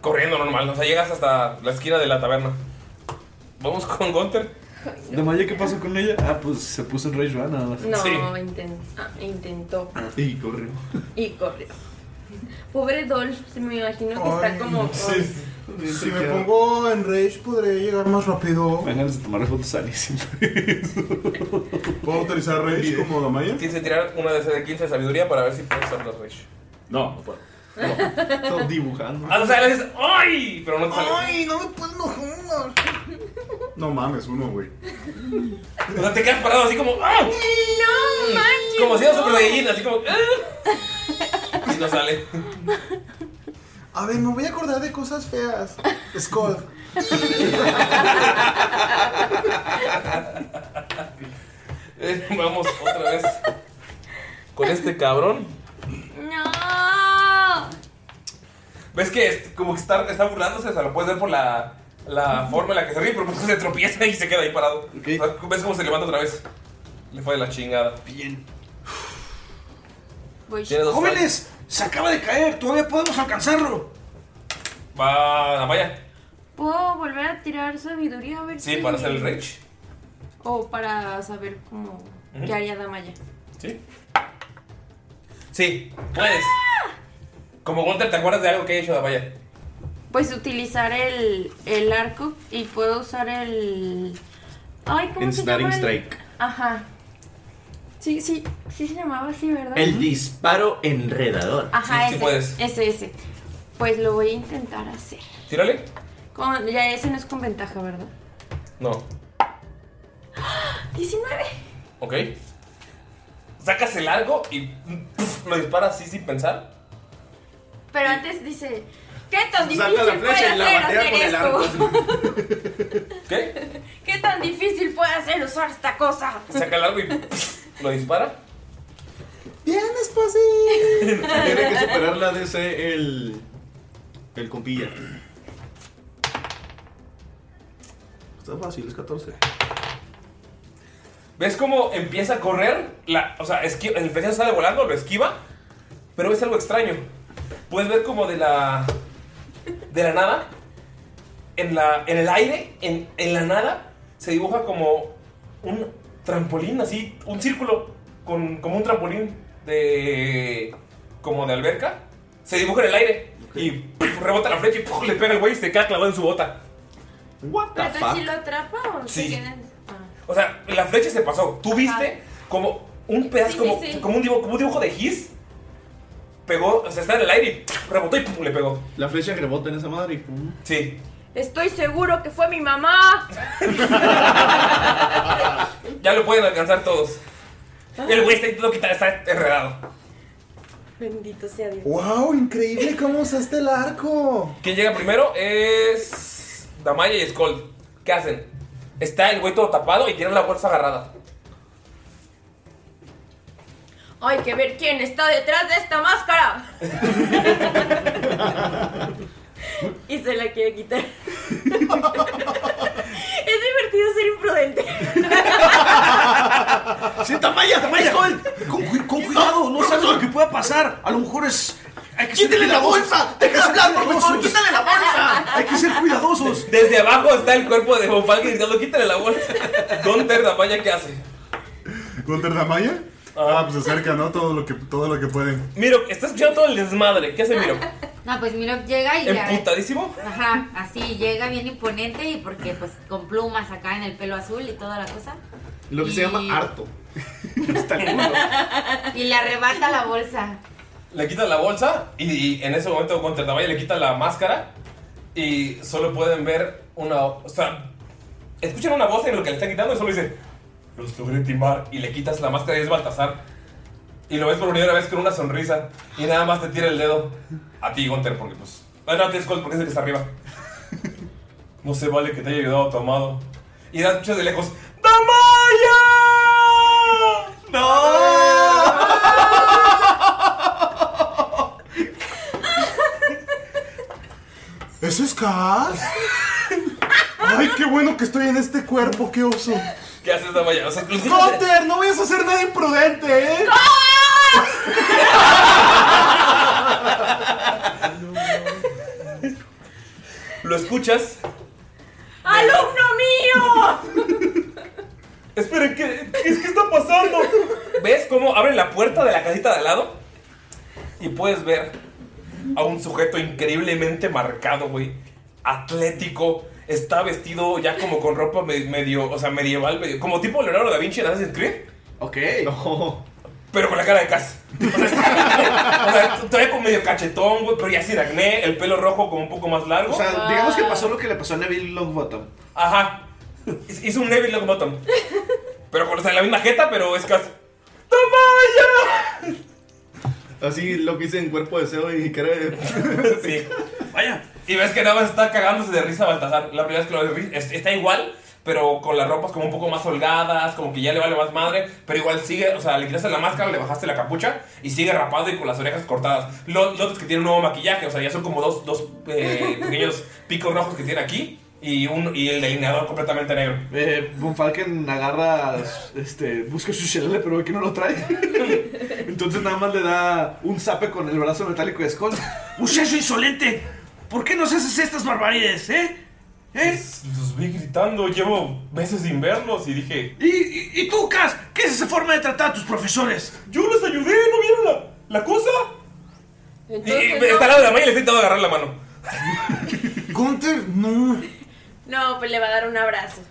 Corriendo normal, o sea, llegas hasta la esquina de la taberna. Vamos con Gunter. ¿De Maya qué pasó con ella? Ah, pues se puso en Rage Run nada más. No, inten- ah, intentó. Y corrió. Y corrió. Pobre Dolph, se me imagino que Ay, está como. con- Si me pongo en rage, podré llegar más rápido. Me ganas de tomar fotos a ¿Puedo utilizar Rage como Damaya? Tienes que tirar una de CD15 de sabiduría para ver si puedes usar los Rage. No, no puedo. Estaba dibujando. Ah, o sea, le dices, ¡ay! Pero no te sale. Ay, no me puedo enojar. No mames, uno, güey. O sea, te quedas parado así como, ¡ah! No manches. Como si no. era Super Saiyajin, así como, ¡ah! Y no sale. A ver, me voy a acordar de cosas feas. Skull. Eh, Vamos otra vez con este cabrón. No. ¿Ves que es- como que está, está burlándose? O sea, lo puedes ver por la, la forma en la que se ríe, pero pues se tropieza y se queda ahí parado. O sea, ¿Ves cómo se levanta otra vez? Le fue de la chingada. Bien. Voy. Tiene dos Jóvenes, se acaba de caer, todavía podemos alcanzarlo. Va Damaya. ¿Puedo volver a tirar sabiduría a ver Sí, si- para hacer el rage. O para saber cómo. Ujú. ¿Qué haría Damaya? Sí. Sí, puedes. Como Walter, ¿te acuerdas de algo que haya hecho Damaya? Pues utilizar el, el arco y puedo usar el. Ay, ¿cómo se llama? Snaring el- Strike. Ajá. Sí, sí, sí se llamaba así, ¿verdad? El disparo enredador. Ajá, ese, ese, ese. Pues lo voy a intentar hacer. Tírale. Con- ya ese no es con ventaja, ¿verdad? No. 19. Ok. Sacas el largo y puf, lo disparas así sin pensar. Pero antes dice, ¿qué tan Saca difícil la puede flecha y la hacer batea hacer con el esto? ¿Qué? ¿Qué tan difícil puede hacer usar esta cosa? Saca el largo y puf, lo dispara. Bien, Esposito. Tiene que superar la DC el. El compilla. Está fácil, es 14. ¿Ves cómo empieza a correr? La, o sea, esqui- el flechazo sale volando, lo esquiva, pero es algo extraño. Puedes ver como de la. de la nada, en, la, en el aire, en, en la nada, se dibuja como un trampolín, así, un círculo, con, como un trampolín de. como de alberca, se dibuja en el aire y ¡pum! rebota la flecha y ¡pum! le pega al güey y se queda clavado en su bota. What ¿Pero entonces si lo atrapa o se Sí. queda? Ah. O sea, la flecha se pasó. Tú viste como un pedazo, Sí, como, sí, sí. Como, un dibujo, como un dibujo de His. Pegó, o sea, está en el aire y ¡pum! rebotó y ¡pum! le pegó. La flecha rebota en esa madre y pum. Sí. Estoy seguro que fue mi mamá. Ya lo pueden alcanzar todos. Ah. El güey está intentando quitar, está enredado. Bendito sea Dios. ¡Wow! Increíble cómo usaste el arco. Quien llega primero es. Damaya y Skull. ¿Qué hacen? Está el güey todo tapado y tiene la bolsa agarrada. Hay que ver quién está detrás de esta máscara. y se la quiere quitar. es divertido ser imprudente. ¡Sí, Tamaya! ¡Tamaya! Con, cu- con cuidado, no sabes lo que pueda pasar. A lo mejor es. Hay que ¡Quítale la cuidadosos. bolsa! ¡Deja hablar, por favor! ¡Quítale la bolsa! Hay que ser cuidadosos. Desde abajo está el cuerpo de Bonfalque gritando: quítale la bolsa. Gunter, Damaya, ¿qué hace? ¿Gunter Damaya? Ah, pues se acerca, ¿no? Todo lo que, todo lo que pueden. Miro, está escuchando todo el desmadre. ¿Qué hace Miro? No, pues Miro llega y le avienta- ¿Emputadísimo? Ajá, así llega bien imponente y porque pues con plumas acá en el pelo azul y toda la cosa. Lo que se llama harto. Está culo. Y le arrebata la bolsa. Le quita la bolsa y, y en ese momento Gunter Damaya le quita la máscara y solo pueden ver una... O sea, escuchan una voz en lo que le están quitando y solo dicen, los logré timbar y le quitas la máscara y es Baltasar. Y lo ves por primera vez con una sonrisa y nada más te tira el dedo a ti, Gunter, porque pues... Ah, no, a ti, Skull, porque es el que está arriba. No se vale que te haya ayudado tu amado. Y das mucho de lejos. ¡Damaya! ¿Eso es Kaz? ¡Ay, qué bueno que estoy en este cuerpo! ¡Qué oso! ¿Qué haces, Damaya? O sea, los- ¡Gunter! ¡No vayas a hacer nada imprudente, eh! lo escuchas ¡Alumno mío! Esperen, ¿qué, qué, es- qué está pasando? ¿Ves cómo abren la puerta de la casita de al lado? Y puedes ver a un sujeto increíblemente marcado, güey. Atlético. Está vestido ya como con ropa me- medio, o sea, medieval, medio- como tipo Leonardo da Vinci en Assassin's Creed. Ok. Pero con la cara de Cass. O sea, trae como medio cachetón, güey, pero ya sin acné, el pelo rojo como un poco más largo. O sea, digamos que pasó lo que le pasó a Neville Longbottom. Ajá. Hizo un Neville Longbottom. Pero con o sea, la misma jeta, pero es Cass. Así lo que hice en cuerpo de cebo y cara de. sí. Vaya. Y ves que nada más está cagándose de risa Baltasar. La primera vez que lo ves, es- está igual, pero con las ropas como un poco más holgadas, como que ya le vale más madre, pero igual sigue, o sea, le quitaste la máscara, le bajaste la capucha y sigue rapado y con las orejas cortadas. Los otros que tienen un nuevo maquillaje, o sea, ya son como dos, dos eh, pequeños picos rojos que tiene aquí y, un, y el delineador completamente negro. Eh, Von Falken agarra, este, busca su shelele, pero ve que no lo trae. Entonces nada más le da un zape con el brazo metálico de Skull. Muchacho insolente, ¿por qué nos haces estas barbaridades, eh? ¿Eh? Los vi gritando, llevo meses sin verlos y dije. ¿Y, y, y tú, Cas? ¿Qué es esa forma de tratar a tus profesores? Yo los ayudé, ¿no vieron la, cosa? Y, y Entonces, está al no, lado de la mano y le estoy intentando agarrar la mano. Gunter, no. no, pues le va a dar un abrazo.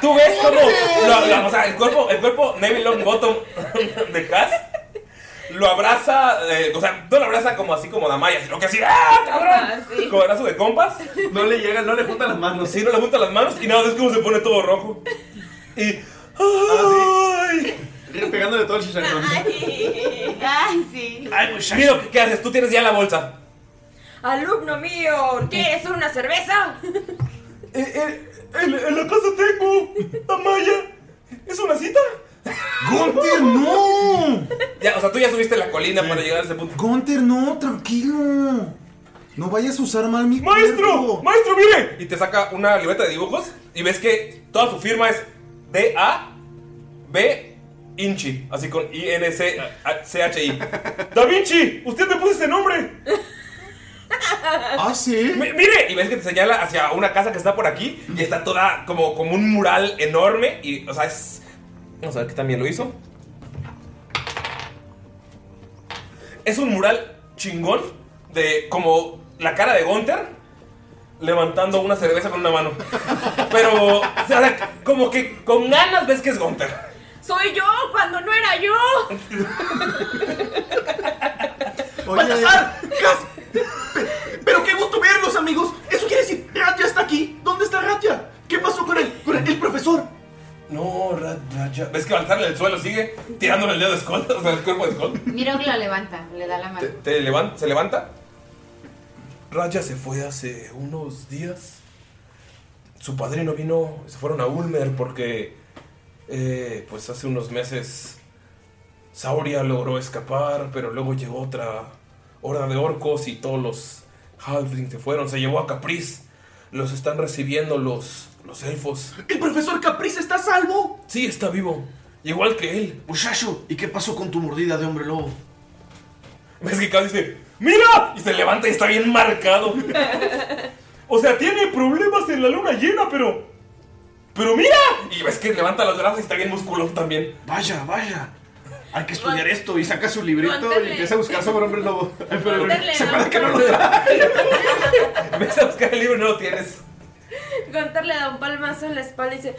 ¿Tú ves cómo? lo- lo- o sea, el cuerpo, el cuerpo Neville Longbottom de Cass lo abraza, eh, o sea, no lo abraza como así como Damaya, sino que así, ¡ah, cabrón! Como abrazo de compas. No le llega, no le junta las manos. Sí, no le junta las manos y nada, es como se pone todo rojo. Y. ¡Ay! Ah, Pegándole todo el chicharrón. Ay, sí. Ay, pues muchacho. Mira, ¿qué haces? Tú tienes ya la bolsa. Alumno mío, ¿quieres una cerveza? En, la casa tengo, Tamaya. ¿Es una cita? ¡Gunter, no! Ya, o sea, tú ya subiste la colina para llegar a ese punto. ¡Gunter, no! ¡Tranquilo! No vayas a usar mal mi ¡Maestro! ¡Maestro, mire! Y te saca una libreta de dibujos y ves que toda su firma es D-A-B Inchi. Así con I-N-C-H-I. ¡Da Vinci! ¡Usted me puso ese nombre! ¡Ah, sí! ¡Mire! Y ves que te señala hacia una casa que está por aquí y está toda como, como un mural enorme. Y, o sea, es. Vamos a ver que también lo hizo. es un mural chingón de como la cara de Gunther levantando una cerveza con una mano. Pero, o sea, como que con ganas ves que es Gunther. Soy yo cuando no era yo. ¡Baltasar! ¡Cas! ¡Pero qué gusto verlos, amigos! Eso quiere decir, Ratia está aquí. ¿Dónde está Ratia? ¿Qué pasó con él? Con el, el profesor. No, Ra- Ra- ya. ¿Ves que Baltarle el suelo sigue tirándole el dedo de Skull, o sea, el cuerpo de Skull? Miro que la levanta, le da la mano. Te levan- se levanta. Raya se fue hace unos días. Su padrino vino, se fueron a Ulmer porque, eh, pues hace unos meses, Sauria logró escapar, pero luego llegó otra horda de orcos y todos los Halflings se fueron. Se llevó a Capriz. Los están recibiendo los, los elfos. ¿El profesor Caprice está a salvo? Sí, está vivo. Igual que él. Muchacho, ¿y qué pasó con tu mordida de hombre lobo? ¿Ves que casi dice, ¡Mira! Y se levanta y está bien marcado. O sea, tiene problemas en la luna llena, pero. ¡Pero mira! Y ves que levanta los brazos y está bien musculoso también. Vaya, vaya. Hay que estudiar esto y saca su librito y Guántale. empieza a buscar sobre hombre lobo. Ay, pero- Guántale, ¿Se acuerda ¿no? que no lo trae? Ves a buscar el libro y no lo tienes. Gunther le da un palmazo en la espalda y dice: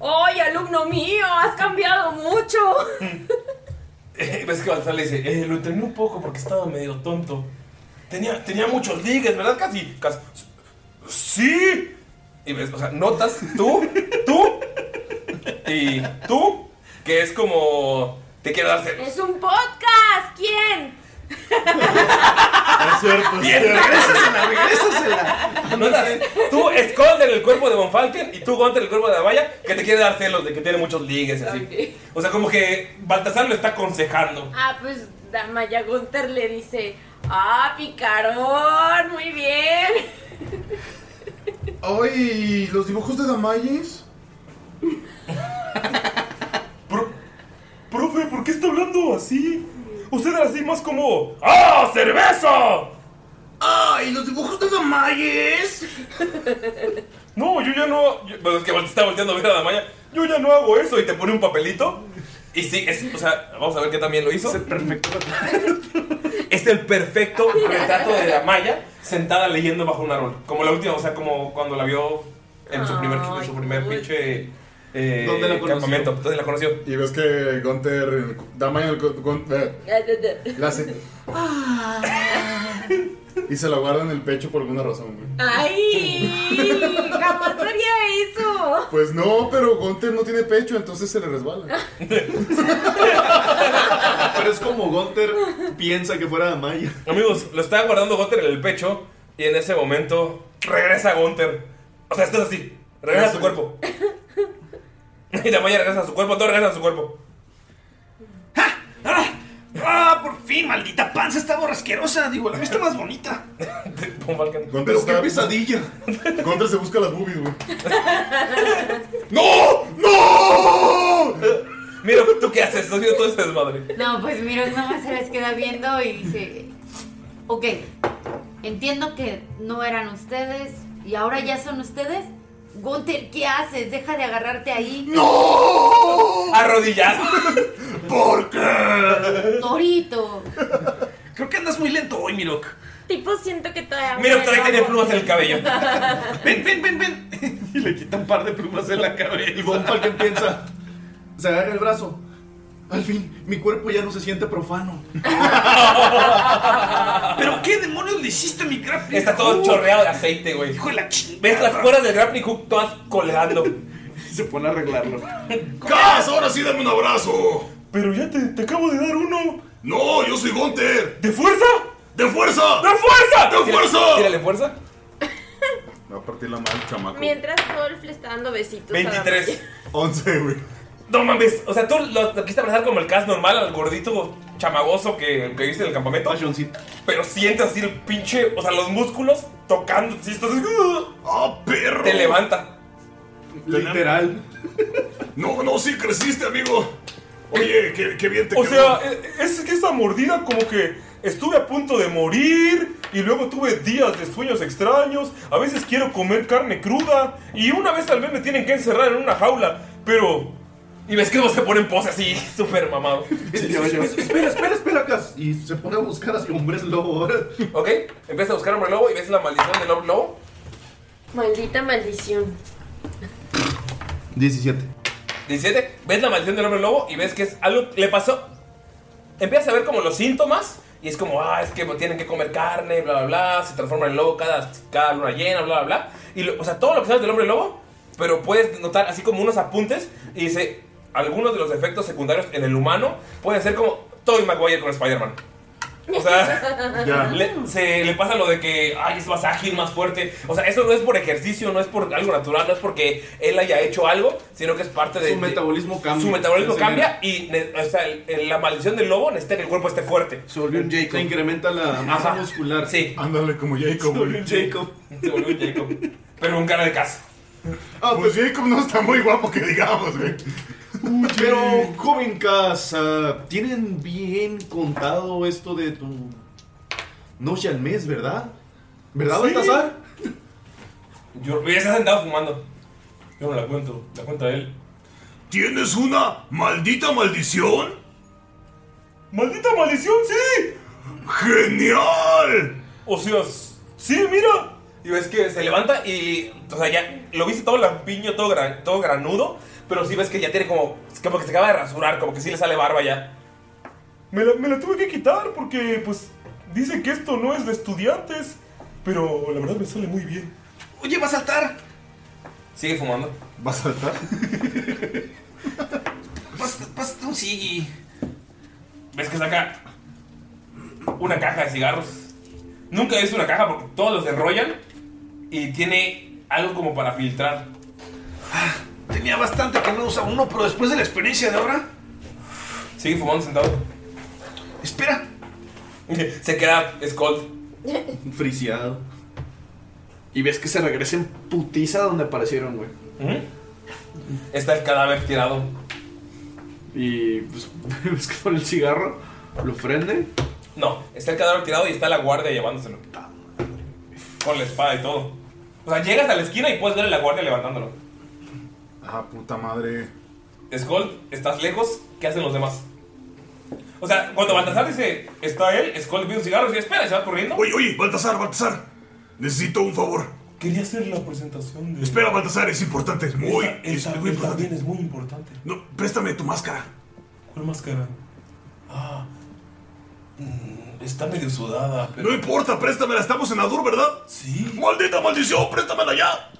¡Oye, alumno mío! ¡Has cambiado mucho! Eh, ves que Baltasar le dice, eh, lo entrené un poco porque estaba medio tonto. Tenía, tenía muchos ligues, ¿verdad? Casi, casi. ¡Sí! Y ves, o sea, notas tú, tú y tú, que es como. Te quiero dar celos. ¡Es un podcast! ¿Quién? Es cierto, Bien, cierto. regrésasela, regrésasela. Notas, tú, Skull en el cuerpo de Von Falken y tú, Gunter en el cuerpo de Damaya, que te quiere dar celos de que tiene muchos ligues y así. O sea, como que Baltasar lo está aconsejando. Ah, pues Damaya Gunther le dice, ah, picarón, muy bien. Ay, los dibujos de Damayes. Profe, ¿por qué está hablando así? Usted era así más como. ¡Ah, cerveza! ¡Ay, los dibujos de Damayes! No, yo ya no. yo- bueno, es que está volteando a ver a Damaya. Yo ya no hago eso y te pone un papelito. Y sí, es, o sea, vamos a ver que también lo hizo. Es el perfecto. es el perfecto retrato de Damaya sentada leyendo bajo un árbol. Como la última, o sea, como cuando la vio en su primer, en su primer pinche. eh, ¿Dónde la conoció? campamento. ¿Dónde la conoció? Y ves que Gunther. Dama el. Gu- Gun- eh, la hace- Ah. Y se la guarda en el pecho por alguna razón, güey. ¡Ay! ¡Jamás haría eso! Pues no, pero Gunther no tiene pecho, entonces se le resbala. Pero es como Gunter piensa que fuera Damaya. Amigos, lo estaba guardando Gunter en el pecho y en ese momento regresa Gunter. O sea, estás así. Regresa a su cuerpo. Y Damaya regresa a su cuerpo, todo regresa a su cuerpo. ¡Ah, por fin! ¡Maldita panza! Está borrasquerosa. Digo, la mía está más bonita. Gunther qué pesadilla. Gunther se busca las boobies, güey. ¡No! ¡No! Mira, ¿tú qué haces? Estás viendo todo este desmadre. No, pues miro nomás se les queda viendo y dice, ok, entiendo que no eran ustedes y ahora ya son ustedes. Gunther, ¿qué haces? Deja de agarrarte ahí. ¡No! Arrodillado. ¿Por qué? Torito. Creo que andas muy lento hoy, Mirok. Tipo, siento que todavía... Mirok trae todavía tenía plumas en el cabello. Ven, ven, ven, ven. Y le quita un par de plumas en la cabeza. Y Von Falken piensa. Se agarra el brazo. Al fin, mi cuerpo ya no se siente profano. ¿Pero qué demonios le hiciste a mi Uh. grappling Está todo hook? chorreado de aceite, güey. Hijo de la chingada. ¿Ves las cuerdas del grappling hook todas colgando? Se pone a arreglarlo. ¡Cas! ¡Ahora sí dame un abrazo! Pero ya te, acabo de dar uno. No, yo soy Gunter. ¿De fuerza? ¡De fuerza! ¡De fuerza! ¡De fuerza! Tírale fuerza. Va a partir la mano, chamaco. Mientras Wolf le está dando besitos a la 23. 11, güey. No mames, o sea, tú lo, lo quisiste abrazar como el cas normal al gordito chamagoso que, que viste en el campamento. Pero sientes así el pinche, o sea, los músculos tocando. Si estás. ¡Oh, perro! Te levanta. Literal. No, no, sí creciste, amigo. Oye, qué, qué bien te O quedó. sea, e- es que esa mordida como que estuve a punto de morir y luego tuve días de sueños extraños. A veces quiero comer carne cruda y una vez al mes me tienen que encerrar en una jaula. Pero Y ves que luego se pone en pose así, súper mamado. Espera, espera, espera, Cas. Y se pone a buscar hacia hombres lobo ahora. Ok, empiezas a buscar hombre lobo y ves la maldición del hombre lobo. Maldita maldición. 17. 17, ves la maldición del hombre lobo y ves que es algo que le pasó. Empiezas a ver como los síntomas y es como, ah, es que tienen que comer carne, bla, bla, bla, se transforma en lobo cada, cada luna llena, bla, bla, bla. Y lo- o sea, todo lo que sabes del hombre lobo, pero puedes notar así como unos apuntes y dice, algunos de los efectos secundarios en el humano pueden ser como Tobey Maguire con Spider-Man. O sea, Ya. le, se le pasa lo de que ay, es más ágil, más fuerte. O sea, eso no es por ejercicio, no es por algo natural, no es porque él haya hecho algo, sino que es parte de. Su metabolismo cambia. Su metabolismo Se cambia y ne- o sea, el- el- la maldición del lobo necesita que el cuerpo esté fuerte. Se volvió un Jacob. Se incrementa la masa muscular. Sí. Ándale como Jacob. Se volvió un Jacob. Se volvió un Jacob. Pero un cara de casa. pues Jacob no está muy guapo que digamos, güey. Pero, joven casa, tienen bien contado esto de tu noche al mes, ¿verdad? ¿Verdad, Sí. Baltasar? Yo ya se ha sentado fumando. Yo no la cuento, la cuenta él. ¿Tienes una maldita maldición? ¡Maldita maldición, sí! ¡Genial! O sea, s- sí, mira. Y ves que se levanta y. O sea, ya lo viste todo lampiño, todo, gran- todo granudo. Pero sí ves que ya tiene como. Como que se acaba de rasurar, como que sí le sale barba ya. Me la, me la tuve que quitar porque, pues, dicen que esto no es de estudiantes. Pero la verdad me sale muy bien. Oye, va a saltar. Sigue fumando. ¿Va a saltar? Pásate, pásate un sigui. Ves que saca una caja de cigarros. Nunca he visto una caja porque todos los enrollan y tiene algo como para filtrar. Ah, Tenía bastante que no usa uno, pero después de la experiencia de ahora. Sigue fumando sentado. Espera. Se queda Skull. Friseado. Y ves que se regresa en putiza donde aparecieron, güey. ¿Mm? Está el cadáver tirado. Y pues ves que pone el cigarro, lo prende. No, está el cadáver tirado y está la guardia llevándoselo. Con la espada y todo. O sea, llegas a la esquina y puedes ver a la guardia levantándolo. Ah, puta madre. Skull, estás lejos, ¿qué hacen los demás? O sea, cuando Baltasar dice, está él, Skull pide un cigarro y dice, espera, y se va corriendo. Oye, oye, Baltasar, Baltasar. Necesito un favor. Quería hacer la presentación de. Espera, Baltasar, es importante, es muy, es muy importante. es muy importante. No, préstame tu máscara. ¿Cuál máscara? Ah. mm. Está medio sudada, No importa, préstamela, estamos en Adur, ¿verdad? Sí. ¡Maldita maldición, préstamela ya!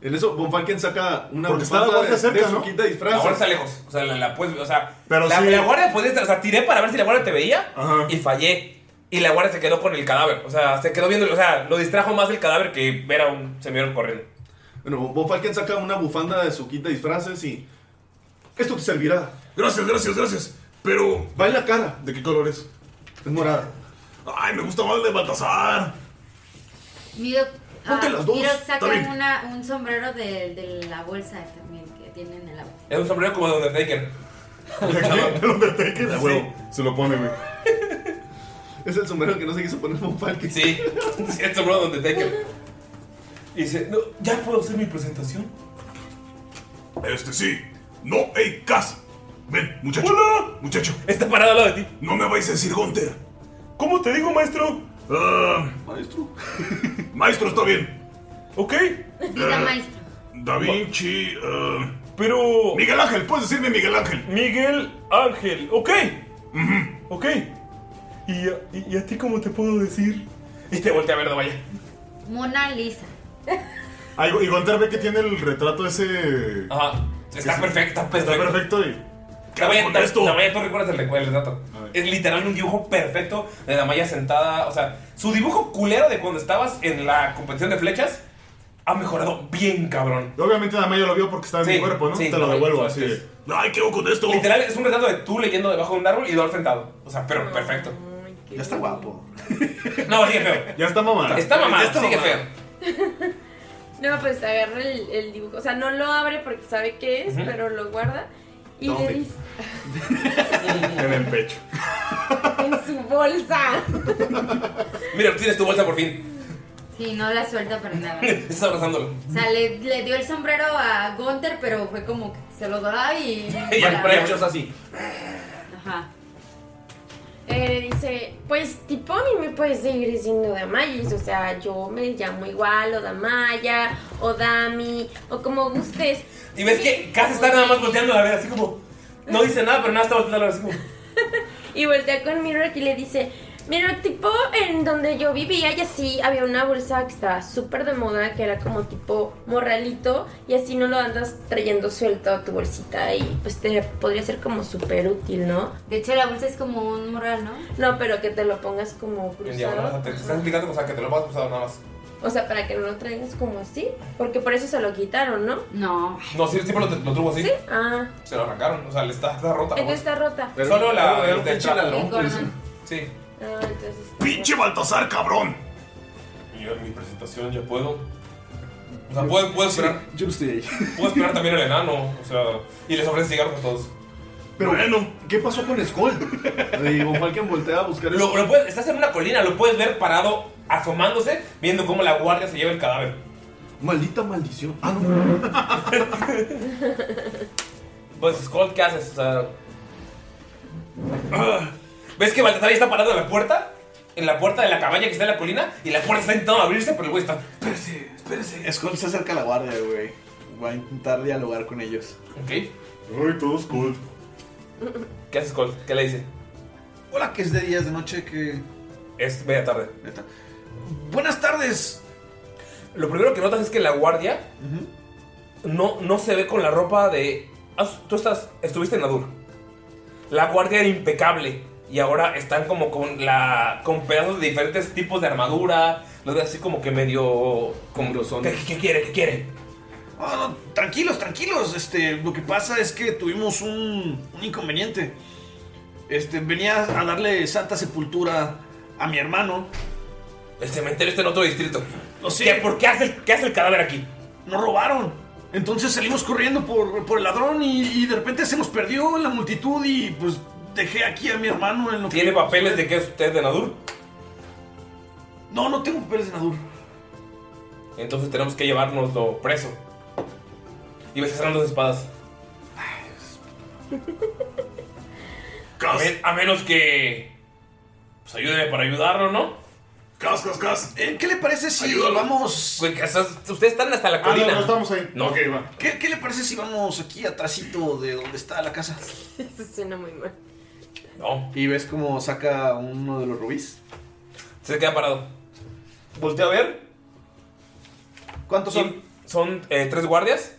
En eso, Von Falken saca una Porque está la bufanda guardia de- cerca, de su ¿no? quinta disfraz. La guardia está lejos. O sea, la, la puedes- O sea, Pero la, sí. la guardia podía estar. O sea, tiré para ver si la guardia te veía y fallé. Y la guardia se quedó con el cadáver. O sea, se quedó viendo. O sea, lo distrajo más el cadáver que ver a un señor corriendo. Bueno, Von Falken saca una bufanda de su quinta disfraces y. Esto te servirá. Gracias, gracias, gracias. Pero. Va en la cara. ¿De qué color es? Es morada. Ay, me gusta más el de Baltasar. Miro, Ponte ah, las dos, Miro está saca bien. una- un sombrero de, de la bolsa también que tienen en la Es un sombrero como de Undertaker. ¿De Undertaker? Sí. huevo. Se lo pone, güey. Es el sombrero que no se quiso poner Von Falken. Sí, sí, el sombrero de Undertaker. Y dice, no, ¿ya puedo hacer mi presentación? Este sí. No, hey, Cas. Ven, muchacho. Muchacho. Está parado al lado de ti. No me vais a decir Gunter. ¿Cómo te digo, maestro? maestro. maestro, está bien. Ok. Diga maestro. Da Vinci. eh, Pero. Miguel Ángel, puedes decirme Miguel Ángel. Miguel Ángel, ok. Ok. ¿Y a, y- y a ti cómo te puedo decir? Y te voltea a ver, vaya. Mona Lisa. Ay, y Gunter ve que tiene el retrato ese. Ajá. Está perfecto, está perfecto. Está perfecto y. La vaya, la, la vaya, tú recuerdas el recuerdo del retrato. Es literal un dibujo perfecto de la Maya sentada. O sea, su dibujo culero de cuando estabas en la competición de flechas ha mejorado bien, cabrón. Obviamente Damaya lo vio porque estaba en mi cuerpo, ¿no? sí, Te lo no, devuelvo no, así. es- Ay, ¿qué hago con esto? Literal, es un retrato de tú leyendo debajo de un árbol y Dolph sentado. O sea, pero perfecto. Ya está guapo. No, sigue feo. Ya está mamada. Está mamado, Ya está sigue mamado. feo. No, pues agarra el, el dibujo. O sea, no lo abre porque sabe qué es, Ujú. pero lo guarda. Y ¿Dónde? le dice En el pecho. en su bolsa. Mira, tienes tu bolsa por fin. Sí, no la suelta para nada. Estás abrazándolo. O sea, le, le dio el sombrero a Gunther, pero fue como que se lo da y. Y el precho es así. Ajá. Eh, dice, pues tipo a mí me puedes seguir diciendo Damayis, o sea, yo me llamo igual, o Damaya, o Dami, o como gustes. Y ves que casi está nada más volteando a ver, así como. No dice nada, pero nada está volteando a ver, así como. Y voltea con Mirror y le dice, Mirror, tipo en donde yo vivía y así había una bolsa que estaba súper de moda, que era como tipo morralito, y así no lo andas trayendo suelto a tu bolsita y pues te podría ser como súper útil, ¿no? De hecho, la bolsa es como un morral, ¿no? No, pero que te lo pongas como En cruzado. diagonal. Te, te están explicando, o sea, que te lo vas cruzado nada más. O sea, para que no lo traigas como así, porque por eso se lo quitaron, ¿no? No. No, sí, el tipo lo, lo tuvo así. ¿Sí? Ah. Se lo arrancaron, o sea, le está, está rota. Entonces está rota. Pero Solo la Pero el te de echa la ¿no? bronca, dice. Sí. Ah, entonces. ¡Pinche Baltasar, cabrón! Yo en mi presentación ya puedo. O sea, puedo, puedo esperar. Yo estoy ahí. Puedo esperar también al enano, o sea, y les ofrecen cigarros a todos. Pero bueno, ¿qué pasó con Skull? Y Von Falken voltea a buscar el. Lo, lo puedes- estás en una colina, lo puedes ver parado, asomándose, viendo cómo la guardia se lleva el cadáver. Maldita maldición. Ah, no. Pues, Skull, ¿qué haces? O sea. Ah. ¿Ves que Baltasar ya está parado en la puerta? En la puerta de la cabaña que está en la colina, y la puerta está intentando abrirse, pero el güey está. Espérese, espérese. Skull se acerca a la guardia, güey. Va a intentar dialogar con ellos. Ok. Ay, todo Skull. ¿Qué haces, Skull? ¿Qué le dice? Hola, que es de días de noche, que. Es media tarde. Buenas tardes. Lo primero que notas es que la guardia no, no se ve con la ropa de. Ah, Tú estás, estuviste en Nadur. La guardia era impecable y ahora están como con la con pedazos de diferentes tipos de armadura. Los ves así como que medio como ¿Qué, qué quiere? ¿Qué quiere? Ah, no, tranquilos, tranquilos. Este, lo que pasa es que tuvimos un, un inconveniente. Este, venía a darle santa sepultura a mi hermano. El cementerio este está en otro distrito. No sé. ¿Por qué hace, el- qué hace el cadáver aquí? Nos robaron. Entonces salimos corriendo por, por el ladrón y, y de repente se nos perdió en la multitud y pues dejé aquí a mi hermano en lo ¿Tiene papeles de que es usted de Nadur? No, no tengo papeles de Nadur. Entonces tenemos que llevárnoslo preso. Y ves que salen dos espadas. A, men- a menos que. Pues ayúdeme para ayudarlo, ¿no? Cas, cas, cas. Eh, ¿Qué le parece si vamos? Güey, que estás- ustedes están hasta la colina. ahí. Ah, No. Ok, va. ¿Qué, qué le parece si vamos aquí atrásito de donde está la casa? Eso suena muy mal. Y ves cómo saca uno de los rubíes. Se queda parado. Voltea a ver. ¿Cuántos son? Son eh, tres guardias.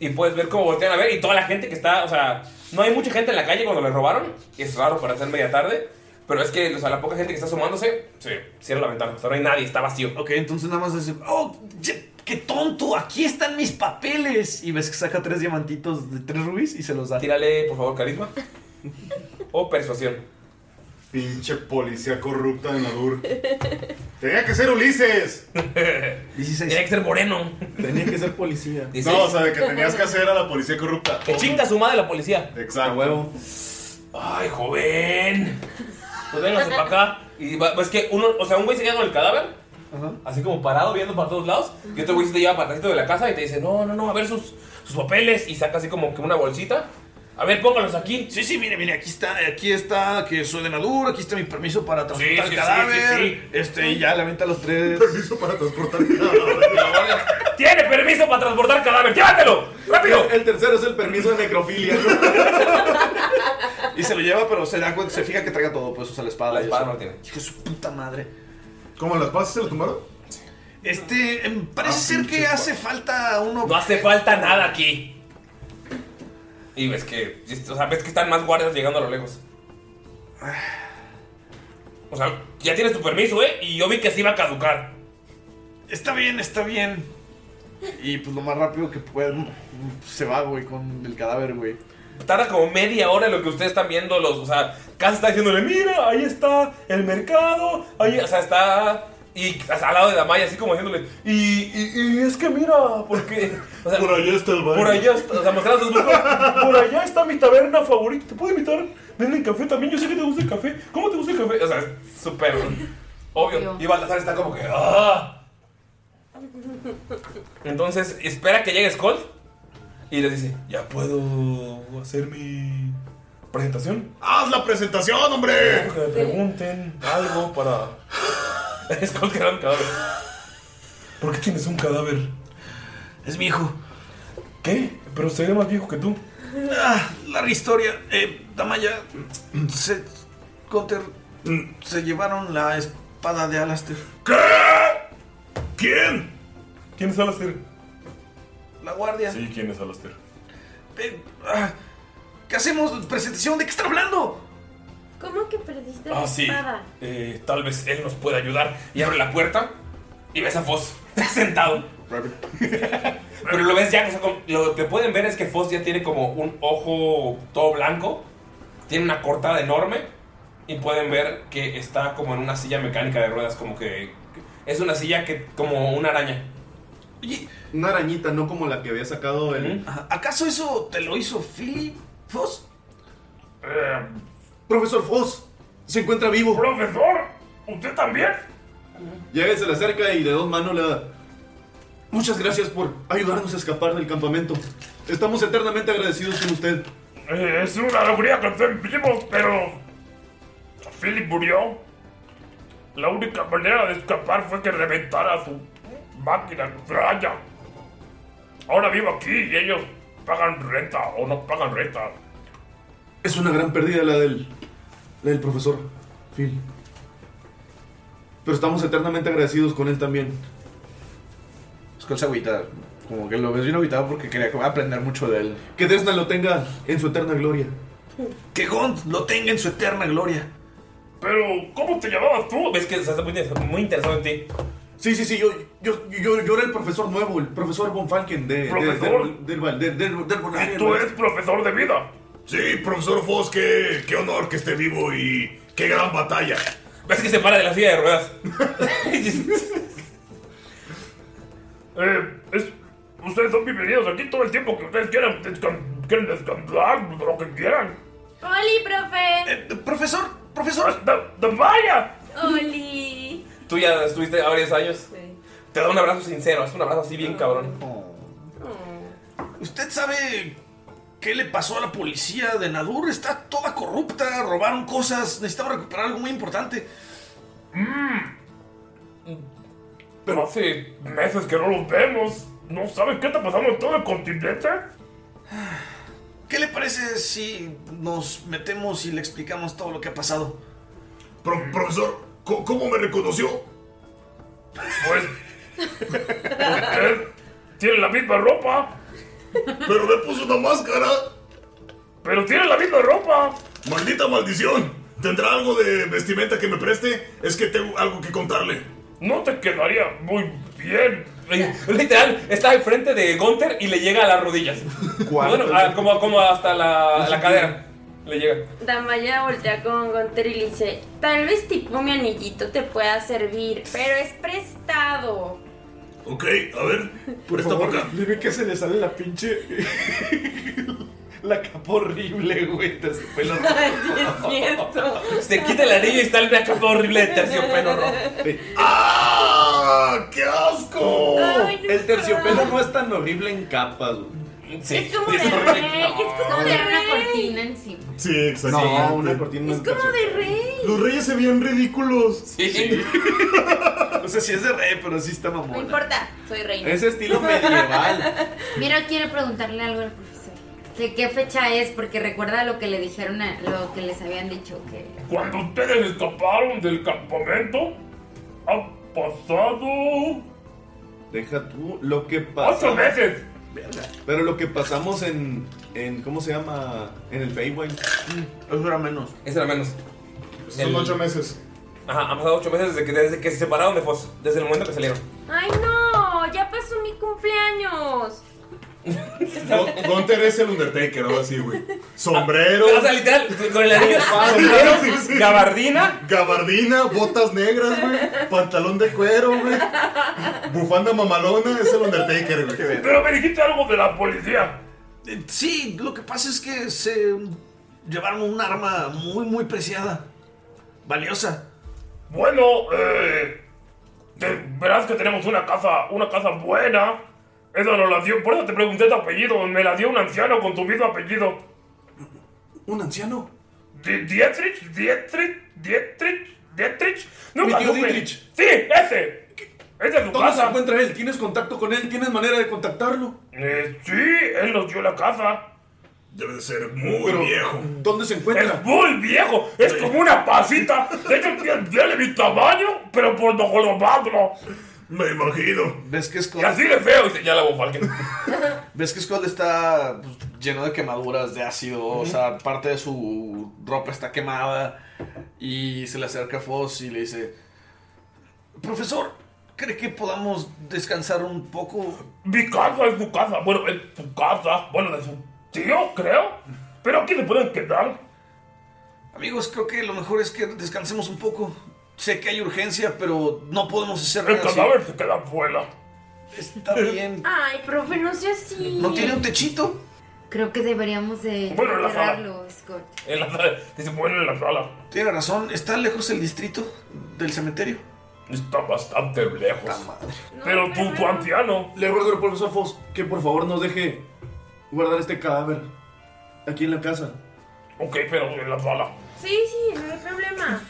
Y puedes ver cómo voltean a ver. Y toda la gente que está. O sea, no hay mucha gente en la calle cuando les robaron. Y es raro para hacer media tarde. Pero es que, o sea, la poca gente que está asomándose, se cierra la ventana. O sea, no hay nadie, está vacío. Ok, entonces nada más es. ¡Oh! ye- ¡Qué tonto! ¡Aquí están mis papeles! Y ves que saca tres diamantitos de tres rubíes y se los da. Tírale, por favor, carisma. o persuasión. Pinche policía corrupta de Nadur. Tenía que ser Ulises. Tenía que ser moreno. Tenía que ser policía. No, o sea, de que tenías que hacer a la policía corrupta. Que chinga su madre la policía. Exacto. huevo. Ay, joven. Pues vénganse para acá. Y va- es que uno, o sea, un güey se queda con el cadáver, así como parado, viendo para todos lados. Y otro güey se te lleva para atrásito de la casa y te dice: No, no, no, a ver sus, sus papeles. Y saca así como que una bolsita. A ver, póngalos aquí. Sí, sí, mire, mire, aquí está, aquí está que soy de Nadur, aquí está mi permiso para transportar sí, el sí, cadáver. sí, sí. Este, y ya le venta los tres. Permiso para transportar el ¡Tiene permiso para transportar cadáver! ¡Llévatelo! ¡Rápido! El tercero es el permiso de necrofilia. Y se lo lleva, pero se da cuenta, se fija que traiga todo, pues usa la espada. La espada no tiene. Hijo de su puta madre. ¿Cómo las pasas se lo tumbaron? Este, em, Ah, parece ser que hace falta uno. No hace falta nada aquí. Y ves que. O sea, ves que están más guardias llegando a lo lejos. O sea, ya tienes tu permiso, ¿eh? Y yo vi que se iba a caducar. Está bien, está bien. Y pues lo más rápido que pueda, mm, se va, güey, con el cadáver, güey. Tarda como media hora en lo que ustedes están viendo. Los, o sea, casi está diciéndole: Mira, ahí está el mercado. Ahí, o sea, está. Y al lado de Damaya, así como diciéndole: Y, y, y es que mira, porque. O sea, por allá está el Por allá está. O sea, mostrando sus grupos. Por allá está mi taberna favorita. ¿Te puedo invitar? Venden café también. Yo sé que te gusta el café. ¿Cómo te gusta el café? O sea, es súper obvio. Y Baltasar está como que. ¡Ah! Entonces espera que llegue Skull y les dice, ya puedo hacer mi presentación. ¡Haz la presentación, hombre! Que me pregunten algo para... Skull queda un cadáver. ¿Por qué tienes un cadáver? Es mi hijo. ¿Qué? Pero se ve más viejo que tú. Ah, larga historia. Eh, Damaya, se, Cotter, se llevaron la espada de Alastair. ¿Qué? ¿Quién? ¿Quién es Alastair? La guardia. Sí, ¿quién es Alastair? Eh, ah, ¿Qué hacemos? ¿Presentación? ¿De qué está hablando? ¿Cómo que perdiste la Ah, sí. espada? Eh, tal vez él nos pueda ayudar. Y abre la puerta y ves a Foss sentado. Pero lo ves ya, o sea, como- lo que pueden ver es que Foss ya tiene como un ojo todo blanco, tiene una cortada enorme y pueden ver que está como en una silla mecánica de ruedas, como que que- es una silla que como una araña. Una arañita, no como la que había sacado el. ¿Acaso eso te lo hizo Philip Foss? Profesor Foss, se encuentra vivo. Profesor, ¿usted también? Llega, se le acerca y de dos manos le da. Muchas gracias por ayudarnos a escapar del campamento. Estamos eternamente agradecidos con usted. Es una alegría que estén vivos, pero. Philip murió. La única manera de escapar fue que reventara su máquina extraña. Ahora vivo aquí y ellos pagan renta o no pagan renta. Es una gran pérdida la del, la del profesor Phil. Pero estamos eternamente agradecidos con él también. Es cosa agüita. Como que lo ves bien agüitado porque quería aprender mucho de él. Que Desna lo tenga en su eterna gloria. Que Gond lo tenga en su eterna gloria. Pero, ¿cómo te llamabas tú? Ves que se está muy inter- muy interesado en ti. Sí, sí, sí, yo, yo, yo, yo era el profesor nuevo, el profesor Von Falken de... de- ¿Profesor? Del del del del- del Bonario, Tú ¿no? eres profesor de vida. Sí, profesor Foss, qué, qué honor que esté vivo y qué gran batalla. Ves que se para de la silla de ruedas. Eh, es- ustedes son bienvenidos aquí todo el tiempo que ustedes quieran. Descan- quieren descansar, lo que quieran. ¡Oli, profe! Eh, Profesor, profesor. ¡De vaya! ¡Oli! Tú ya estuviste a varios años. Te da un abrazo sincero, es un abrazo así bien cabrón. Oh. ¿Usted sabe qué le pasó a la policía de Nadur? Está toda corrupta, robaron cosas, necesitaba recuperar algo muy importante. Mm. Pero hace meses que no los vemos. ¿No sabes qué está pasando en todo el continente? ¿Qué le parece si nos metemos y le explicamos todo lo que ha pasado? profesor, ¿cómo me reconoció? Pues, Tiene la misma ropa. Pero le puso una máscara. Pero tiene la misma ropa. Maldita maldición. ¿Tendrá algo de vestimenta que me preste? Es que tengo algo que contarle. No te quedaría muy bien. Literal, está al frente de Gunther y le llega a las rodillas. Bueno, a- como, como hasta la, Pues la cadera. Le llega. Damaya voltea con Gonter y le dice, tal vez tipo mi anillito te pueda servir, pero es prestado. Ok, a ver. Por esta favor, Dime que se le sale la pinche. la capa horrible, güey. Te pelo es cierto. Se quita el anillo y está una capa horrible de terciopelo rojo. ¡Ah! ¡Qué asco! Ay, no. el terciopelo no es tan horrible en capas, güey. Es como de rey, es como de Tiene una rey. cortina encima. Sí, exacto. No, una cortina Es como de rey. Los reyes se veían ridículos. Sí. o sea, sí es de rey, pero sí está mamón. No importa, soy reina. Ese estilo medieval. Mira, quiero preguntarle algo al profesor. ¿De qué fecha es? Porque recuerda lo que le dijeron, a, lo que les habían dicho que... Cuando ustedes escaparon del campamento, ha pasado. Deja tú lo que pasa. ¡Ocho meses! Pero lo que pasamos en, en ¿cómo se llama? En el Feywild. Eso era menos. Eso era menos. Son ocho meses. Ajá, han pasado ocho meses desde que, desde que se separaron de Foss. Desde el momento que salieron. Ay no, ya pasó mi cumpleaños. Gunter es el Undertaker, algo así, güey. Sombrero. Ah, O sea, literal, con el anillo. Sombrero, Gabardina. Gabardina, botas negras, güey. Pantalón de cuero, güey. Bufanda mamalona, es el Undertaker, güey. Pero me dijiste algo de la policía. Eh, Sí, lo que pasa es que se llevaron un arma muy, muy preciada. Valiosa. Bueno, eh. te- Verás que tenemos una casa, una casa buena. Esa nos la dio, por eso te pregunté tu apellido. Me la dio un anciano con tu mismo apellido. ¿Un anciano? Die- Dietrich, Dietrich, Dietrich, Dietrich. Mi Nunca tío supe. Dietrich. Sí, ese. Ese es su ¿Dónde se casa. encuentra él? ¿Tienes contacto con él? ¿Tienes manera de contactarlo? Eh, sí, él nos dio la casa. Debe de ser muy viejo. ¿Dónde se encuentra? Es muy viejo, es como una pasita. De hecho, tiene- tiene mi tamaño, pero por bajo los hombros. Me imagino. ¿Ves que Skull? Y así de feo, y señala Von Falken. ¿Ves que Skull está pues, lleno de quemaduras de ácido? O sea, parte de su ropa está quemada. Y se le acerca Foss y le dice: Profesor, ¿cree que podamos descansar un poco? Mi casa es tu casa, bueno, es tu casa, bueno, de su tío, creo. Pero aquí se pueden quedar. Amigos, creo que lo mejor es que descansemos un poco. Sé que hay urgencia, pero no podemos hacer El nada así. cadáver se queda afuera. Está bien. Ay, profe, no sea así. ¿No tiene un techito? Creo que deberíamos de Bueno, la sala. liberarlo, Scott. En la sala. Dice, bueno, en la sala. Tiene razón, está lejos el distrito del cementerio. Está bastante lejos. Pero tú, tu anciano. Le ruego al profesor Foss que por favor nos deje guardar este cadáver aquí en la casa. Ok, pero en la sala. Sí, sí, no hay problema.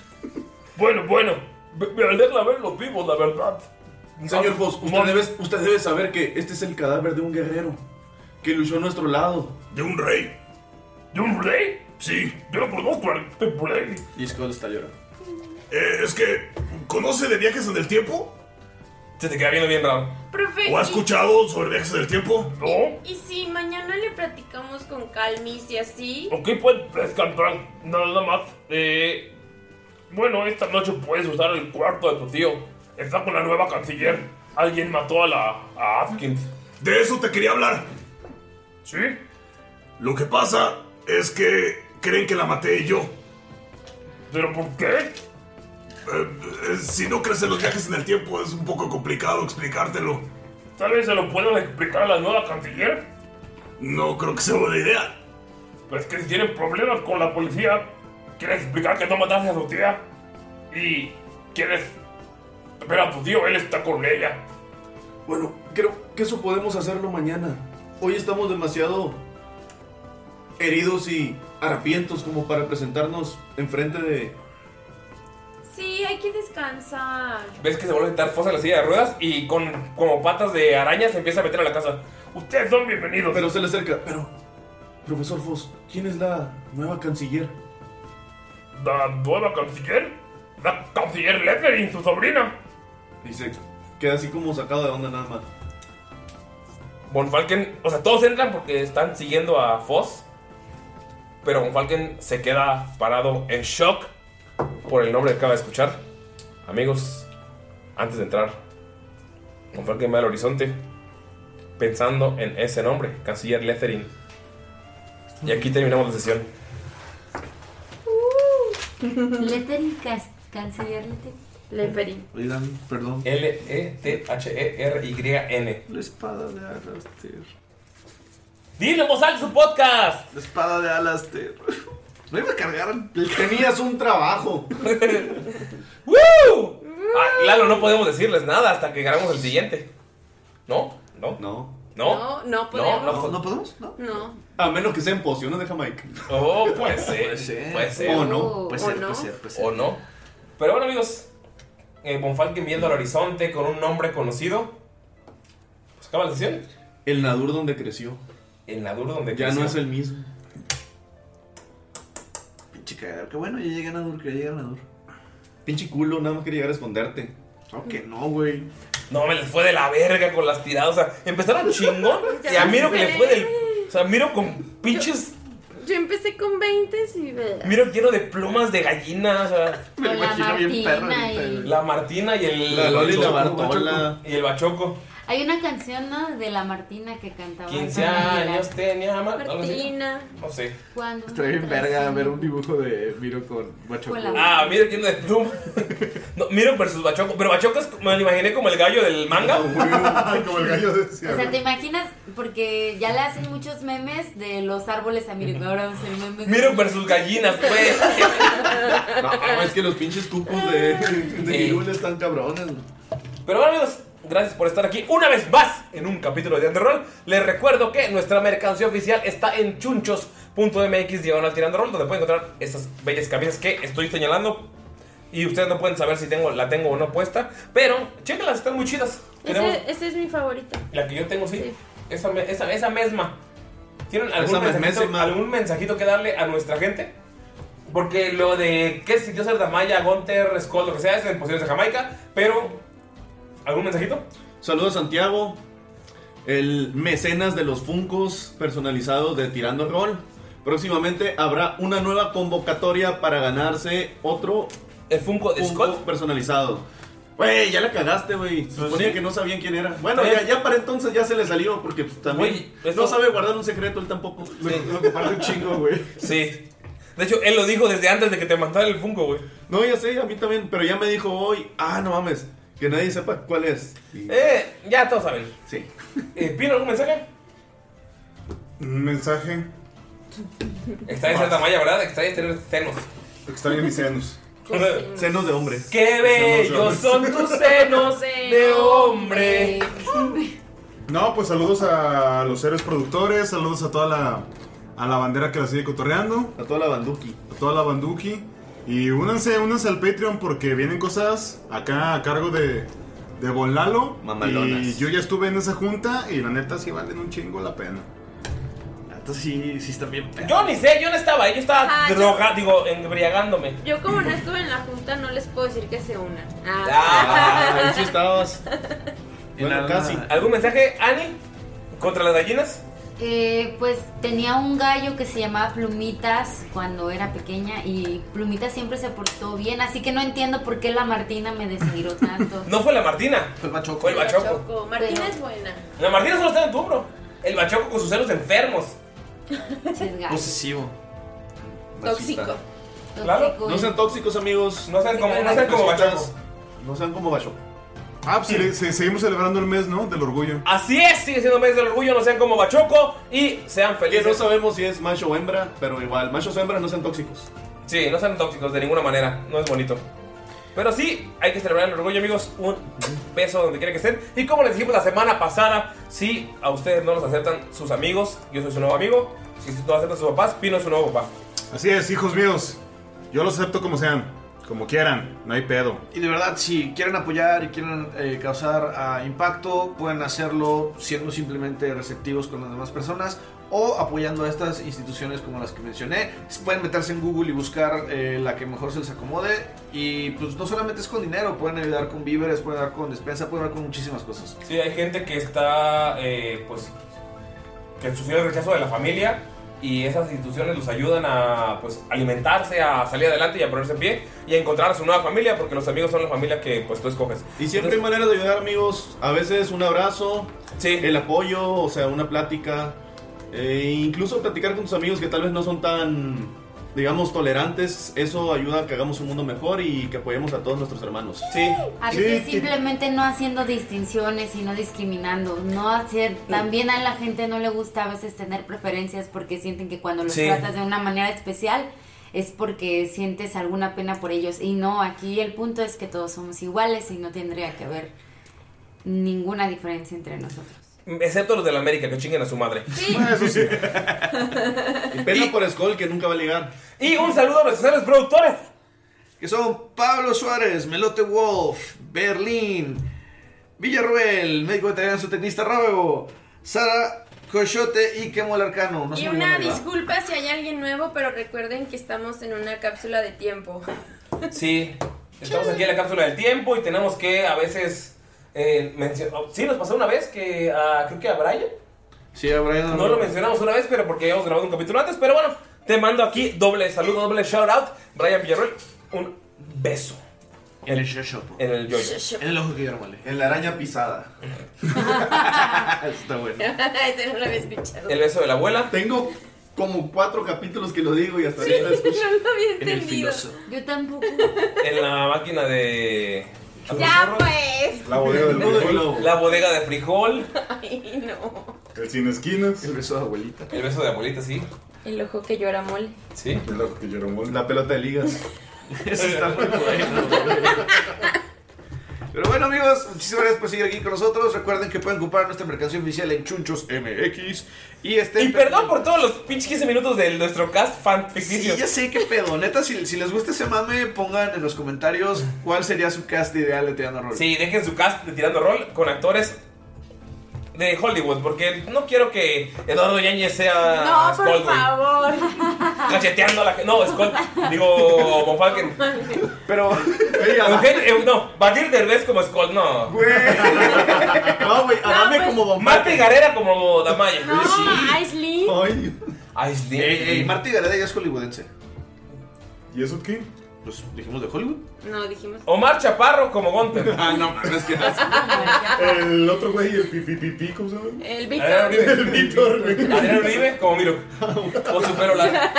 Bueno, bueno, me- me alegra verlos vivos, la verdad. ah, Señor Foss, usted, debe, usted debe saber que este es el cadáver de un guerrero que luchó a nuestro lado. De un rey. ¿De un rey? Sí. Yo lo conozco al rey. Y Skull está llorando. Eh, es que, ¿conoce de viajes en el tiempo? Se te queda viendo bien raro. Profe. ¿O ha y- escuchado sobre viajes en el tiempo? No. Y si mañana le platicamos con Calmis y así. Ok, pues descansar, nada más. Eh, bueno, esta noche puedes usar el cuarto de tu tío. Está con la nueva canciller. Alguien mató a la a Atkins. De eso te quería hablar. ¿Sí? Lo que pasa es que creen que la maté yo. ¿Pero por qué? Eh, si no crees en los viajes en el tiempo, es un poco complicado explicártelo. Tal vez se lo puedan explicar a la nueva canciller. No creo que sea buena idea. Pues que si tienen problemas con la policía, quieres explicar que no mataste a tu tía. Y quieres ver a tu tío, él está con ella. Bueno, creo que eso podemos hacerlo mañana. Hoy estamos demasiado heridos y harapientos como para presentarnos enfrente de... Sí, hay que descansar. Ves que se vuelve a sentar Fosa en la silla de ruedas y con como patas de araña se empieza a meter a la casa. Ustedes son bienvenidos. Pero se le acerca. Pero, profesor Foss, ¿quién es la nueva canciller? La nueva canciller. La canciller Lettering, su sobrina. Dice, queda así como sacado de onda nada más. Von Falken, o sea, todos entran porque están siguiendo a Foss. Pero Von Falken se queda parado en shock por el nombre que acaba de escuchar. Amigos, antes de entrar, Von Falken va al horizonte pensando en ese nombre, Canciller Letherin. Y aquí terminamos la sesión. Lettering, cas- canciller Lettering. Lettering. perdón. E L-E-T-H-E-R-Y-N. La espada de Alastair. ¡Dile, Mozal, su podcast! La espada de Alastair. No iba a cargar el Tenías un trabajo. ¡Woo! Ah, claro, no podemos decirles nada hasta que grabemos el siguiente. ¿No? ¿No? No. ¿No? No, no podemos. no, no podemos. No. A menos que sea en pociones de Jamaica. Oh, puede ser. Puede ser. Oh, O no. Puede ser, puede ser, puede ser. O no. Pero bueno, amigos. Eh, Bonfalken viendo al horizonte con un nombre conocido. Pues acaba la sesión. El Nadur donde creció. El Nadur donde ya creció. no es el mismo. Pinche cagadero. Que bueno, ya llegué a Nadur, que ya llegué a Nadur. Pinche culo, nada más quería llegar a esconderte. Aunque no, güey. No, me les fue de la verga con las tiradas. O sea, empezaron chingón. y a Miro que le fue del. O sea, Miro con pinches. Yo empecé con 20 y ve. Miro lleno de plumas de gallina. O sea, Me lo Con la imagino bien perro Martina ahorita, y- güey. La Martina y el. La Loli, la el bachoco. Bartola. Y el bachoco. Hay una canción, ¿no? De la Martina que cantaba. 15 Antonio Aguilar. años tenía Mar- algo así. Martina. No sé. Cuando Estoy bien verga ver un dibujo de Miro con Macho. Con la- Ah, miro lleno de pluma. No, miro versus Bachoco. Pero Bachoco es- me lo imaginé como el gallo del manga. como el gallo O sea, ¿te imaginas? Porque ya le hacen muchos memes de los árboles a Miro. que Ahora vamos a hacer memes. Miro versus gallinas, pues. No, es que los pinches cupos de, de Irul están cabrones. Pero bueno amigos, gracias por estar aquí una vez más en un capítulo de Underroll. Les recuerdo que nuestra mercancía oficial está en chunchos.mx diagonal tirando roll, donde pueden encontrar estas bellas camisas que estoy señalando. Y ustedes no pueden saber si tengo, la tengo o no puesta. Pero, chéquenlas, están muy chidas. Tenemos- Ese, ese es mi favorito. la que yo tengo, sí. Esa, me- esa, esa misma. ¿Tienen algún, Esa mensajito, mesmésima. algún mensajito que darle a nuestra gente? Porque lo de qué sintió ser Damaya, Gunter, Skull, lo que sea, es en posiciones de Jamaica. Pero, ¿algún mensajito? Saludos Santiago, el mecenas de los Funcos personalizados de Tirando Rol. Próximamente habrá una nueva convocatoria para ganarse otro el Funko de personalizado. Güey, ya la cagaste, güey. Se suponía que no sabían quién era. Bueno, Está ya, bien. ya para entonces ya se le salió porque pues, también no sabe guardar un secreto él tampoco. Lo que parte un chingo, güey. Sí. De hecho, él lo dijo desde antes de que te mandara el Funko, güey. No, ya sé, a mí también, pero ya me dijo hoy, ah, no mames, que nadie sepa cuál es. Eh, ya todos saben. Sí. Eh, ¿Pino algún mensaje? Un mensaje. Está en Santa Maya, ¿verdad? Extrañas tener senos. Extraño mis senos. Pues Senos de hombre. ¡Qué bellos son tus senos de hombre! No, pues saludos a los héroes productores, saludos a toda la, a la bandera que la sigue cotorreando. A toda la banduki. A toda la banduki. Y únanse, únanse al Patreon porque vienen cosas acá a cargo de, de Bon Lalo. Mamalonas. Y yo ya estuve en esa junta y la neta sí valen un chingo la pena. Ah, Entonces sí, sí están bien Yo ni sé, yo no estaba ahí, yo estaba Ah, yo- droga, digo, embriagándome. Yo como no estuve en la junta no les puedo decir que se unan. Ah, sí estabas. casi. ¿Algún mensaje, Ani? ¿Contra las gallinas? Eh, pues tenía un gallo que se llamaba Plumitas cuando era pequeña y Plumitas siempre se portó bien, así que no entiendo por qué la Martina me desmiró tanto. No fue la Martina. Fue el bachoco. Fue el bachoco. Martina es buena. La Martina solo está en tu hombro. El bachoco con sus celos enfermos. Posesivo. Tóxico. Pues Claro. No sean tóxicos, amigos. No sean como- no sean como Bachoco. No sean como Bachoco. Ah, pues sí, sí, seguimos celebrando el mes, ¿no? Del orgullo. Así es, sigue siendo mes del orgullo, no sean como Bachoco y sean felices. Que no sabemos si es macho o hembra, pero igual, machos o hembras no sean tóxicos. Sí, no sean tóxicos de ninguna manera, no es bonito. Pero sí, hay que celebrar el orgullo, amigos. Un beso donde quiera que estén. Y como les dijimos la semana pasada, si a ustedes no los aceptan sus amigos, yo soy su nuevo amigo. Si no aceptan sus papás, Pino es su nuevo papá. Así es, hijos míos. Yo los acepto como sean, como quieran, no hay pedo. Y de verdad, si quieren apoyar y quieren eh, causar ah, impacto, pueden hacerlo siendo simplemente receptivos con las demás personas o apoyando a estas instituciones como las que mencioné. Pueden meterse en Google y buscar eh, la que mejor se les acomode. Y pues no solamente es con dinero, pueden ayudar con víveres, pueden ayudar con despensa, pueden ayudar con muchísimas cosas. Sí, hay gente que está, eh, pues, que sufrió el rechazo de la familia y esas instituciones los ayudan a, pues, alimentarse, a salir adelante y a ponerse en pie y a encontrar a su nueva familia porque los amigos son la familia que, pues, tú escoges. Y siempre hay maneras de ayudar, amigos. A veces un abrazo, el apoyo, o sea, una plática. E incluso platicar con tus amigos que tal vez no son tan, digamos, tolerantes. Eso ayuda a que hagamos un mundo mejor y que apoyemos a todos nuestros hermanos. Sí. A veces simplemente no haciendo distinciones y no discriminando, no hacer, también a la gente no le gusta a veces tener preferencias porque sienten que cuando los Sí. tratas de una manera especial es porque sientes alguna pena por ellos y no, aquí el punto es que todos somos iguales y no tendría que haber ninguna diferencia entre nosotros. Excepto los de la América, que chinguen a su madre. Ah, Y pena por Skull, que nunca va a ligar. Y un saludo a nuestros seres productores. Que son Pablo Suárez, Melote Wolf, Berlín, Villarruel, médico veterinario, su tecnista Rábego, Sara Coyote y Kemal Arcano. No se Y me olvidó una nadie, ¿va? disculpa si hay alguien nuevo, pero recuerden que estamos en una cápsula de tiempo. Sí, estamos aquí en la cápsula del tiempo y tenemos que a veces. Eh, mencio- oh, sí, nos pasó una vez que a- creo que a Brian. Sí, a Brian. No lo mencionamos una vez, pero porque habíamos grabado un capítulo antes. Pero bueno, te mando aquí doble saludo, doble shout out. Brian Villarreal, un beso. En el yo En el yo En el ojo que yo no vale. En la araña pisada. Está bueno. Ese no lo había escuchado. beso de la abuela. Tengo como cuatro capítulos que lo digo y hasta Sí, ahorita escucho. no lo había En el entendido. filoso. Yo tampoco. En la máquina de. ya pues. La bodega de frijol. Ay, no. El sin esquinas. El beso de abuelita. El beso de abuelita, sí. El ojo que llora mole. Sí. El ojo que lloró mucho. La pelota de ligas. Eso está muy bueno. güey. Pero bueno, amigos, muchísimas gracias por seguir aquí con nosotros. Recuerden que pueden comprar nuestra mercancía oficial en Chunchos MX. Y este. Y perdón por todos los pinches 15 minutos de nuestro cast fan ficticio. Sí, ya sé qué pedo. Neta, si, si les gusta ese mame, pongan en los comentarios cuál sería su cast ideal de Tirando Roll. Sí, dejen su cast de Tirando Roll con actores de Hollywood, porque no quiero que Eduardo Yáñez sea No, por Skull, güey. favor. Cacheteando a la gente. No, Scott. Digo, Bonfalken. Pero. Eugenio, eh, no, Badir Derbez como Scott, no. No, güey, Adame como Bonfalken. Mate Garera como Damaya. No, Aisley. Aisley. Ey, ey, Marty Gareda ya es hollywoodense. ¿Y eso qué? Pues dijimos de Hollywood. No, dijimos. Omar Chaparro como Gunter. Ah, no mames, que El otro güey, el pipi pipi, ¿cómo se llama? El Adrián Uribe. El Víctor. Adrián Uribe como Miro. O Superola.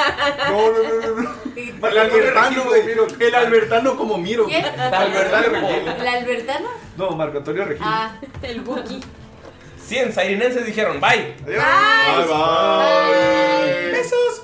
No, no, no, no, no. El Albertano, güey. El Albertano como Miro. ¿Quién? Albertano. ¿La Albertana? No, Marco Antonio Regil. Ah, el Buki. 100 sairinenses dijeron bye. Adiós. Bye. Bye, bye. Besos.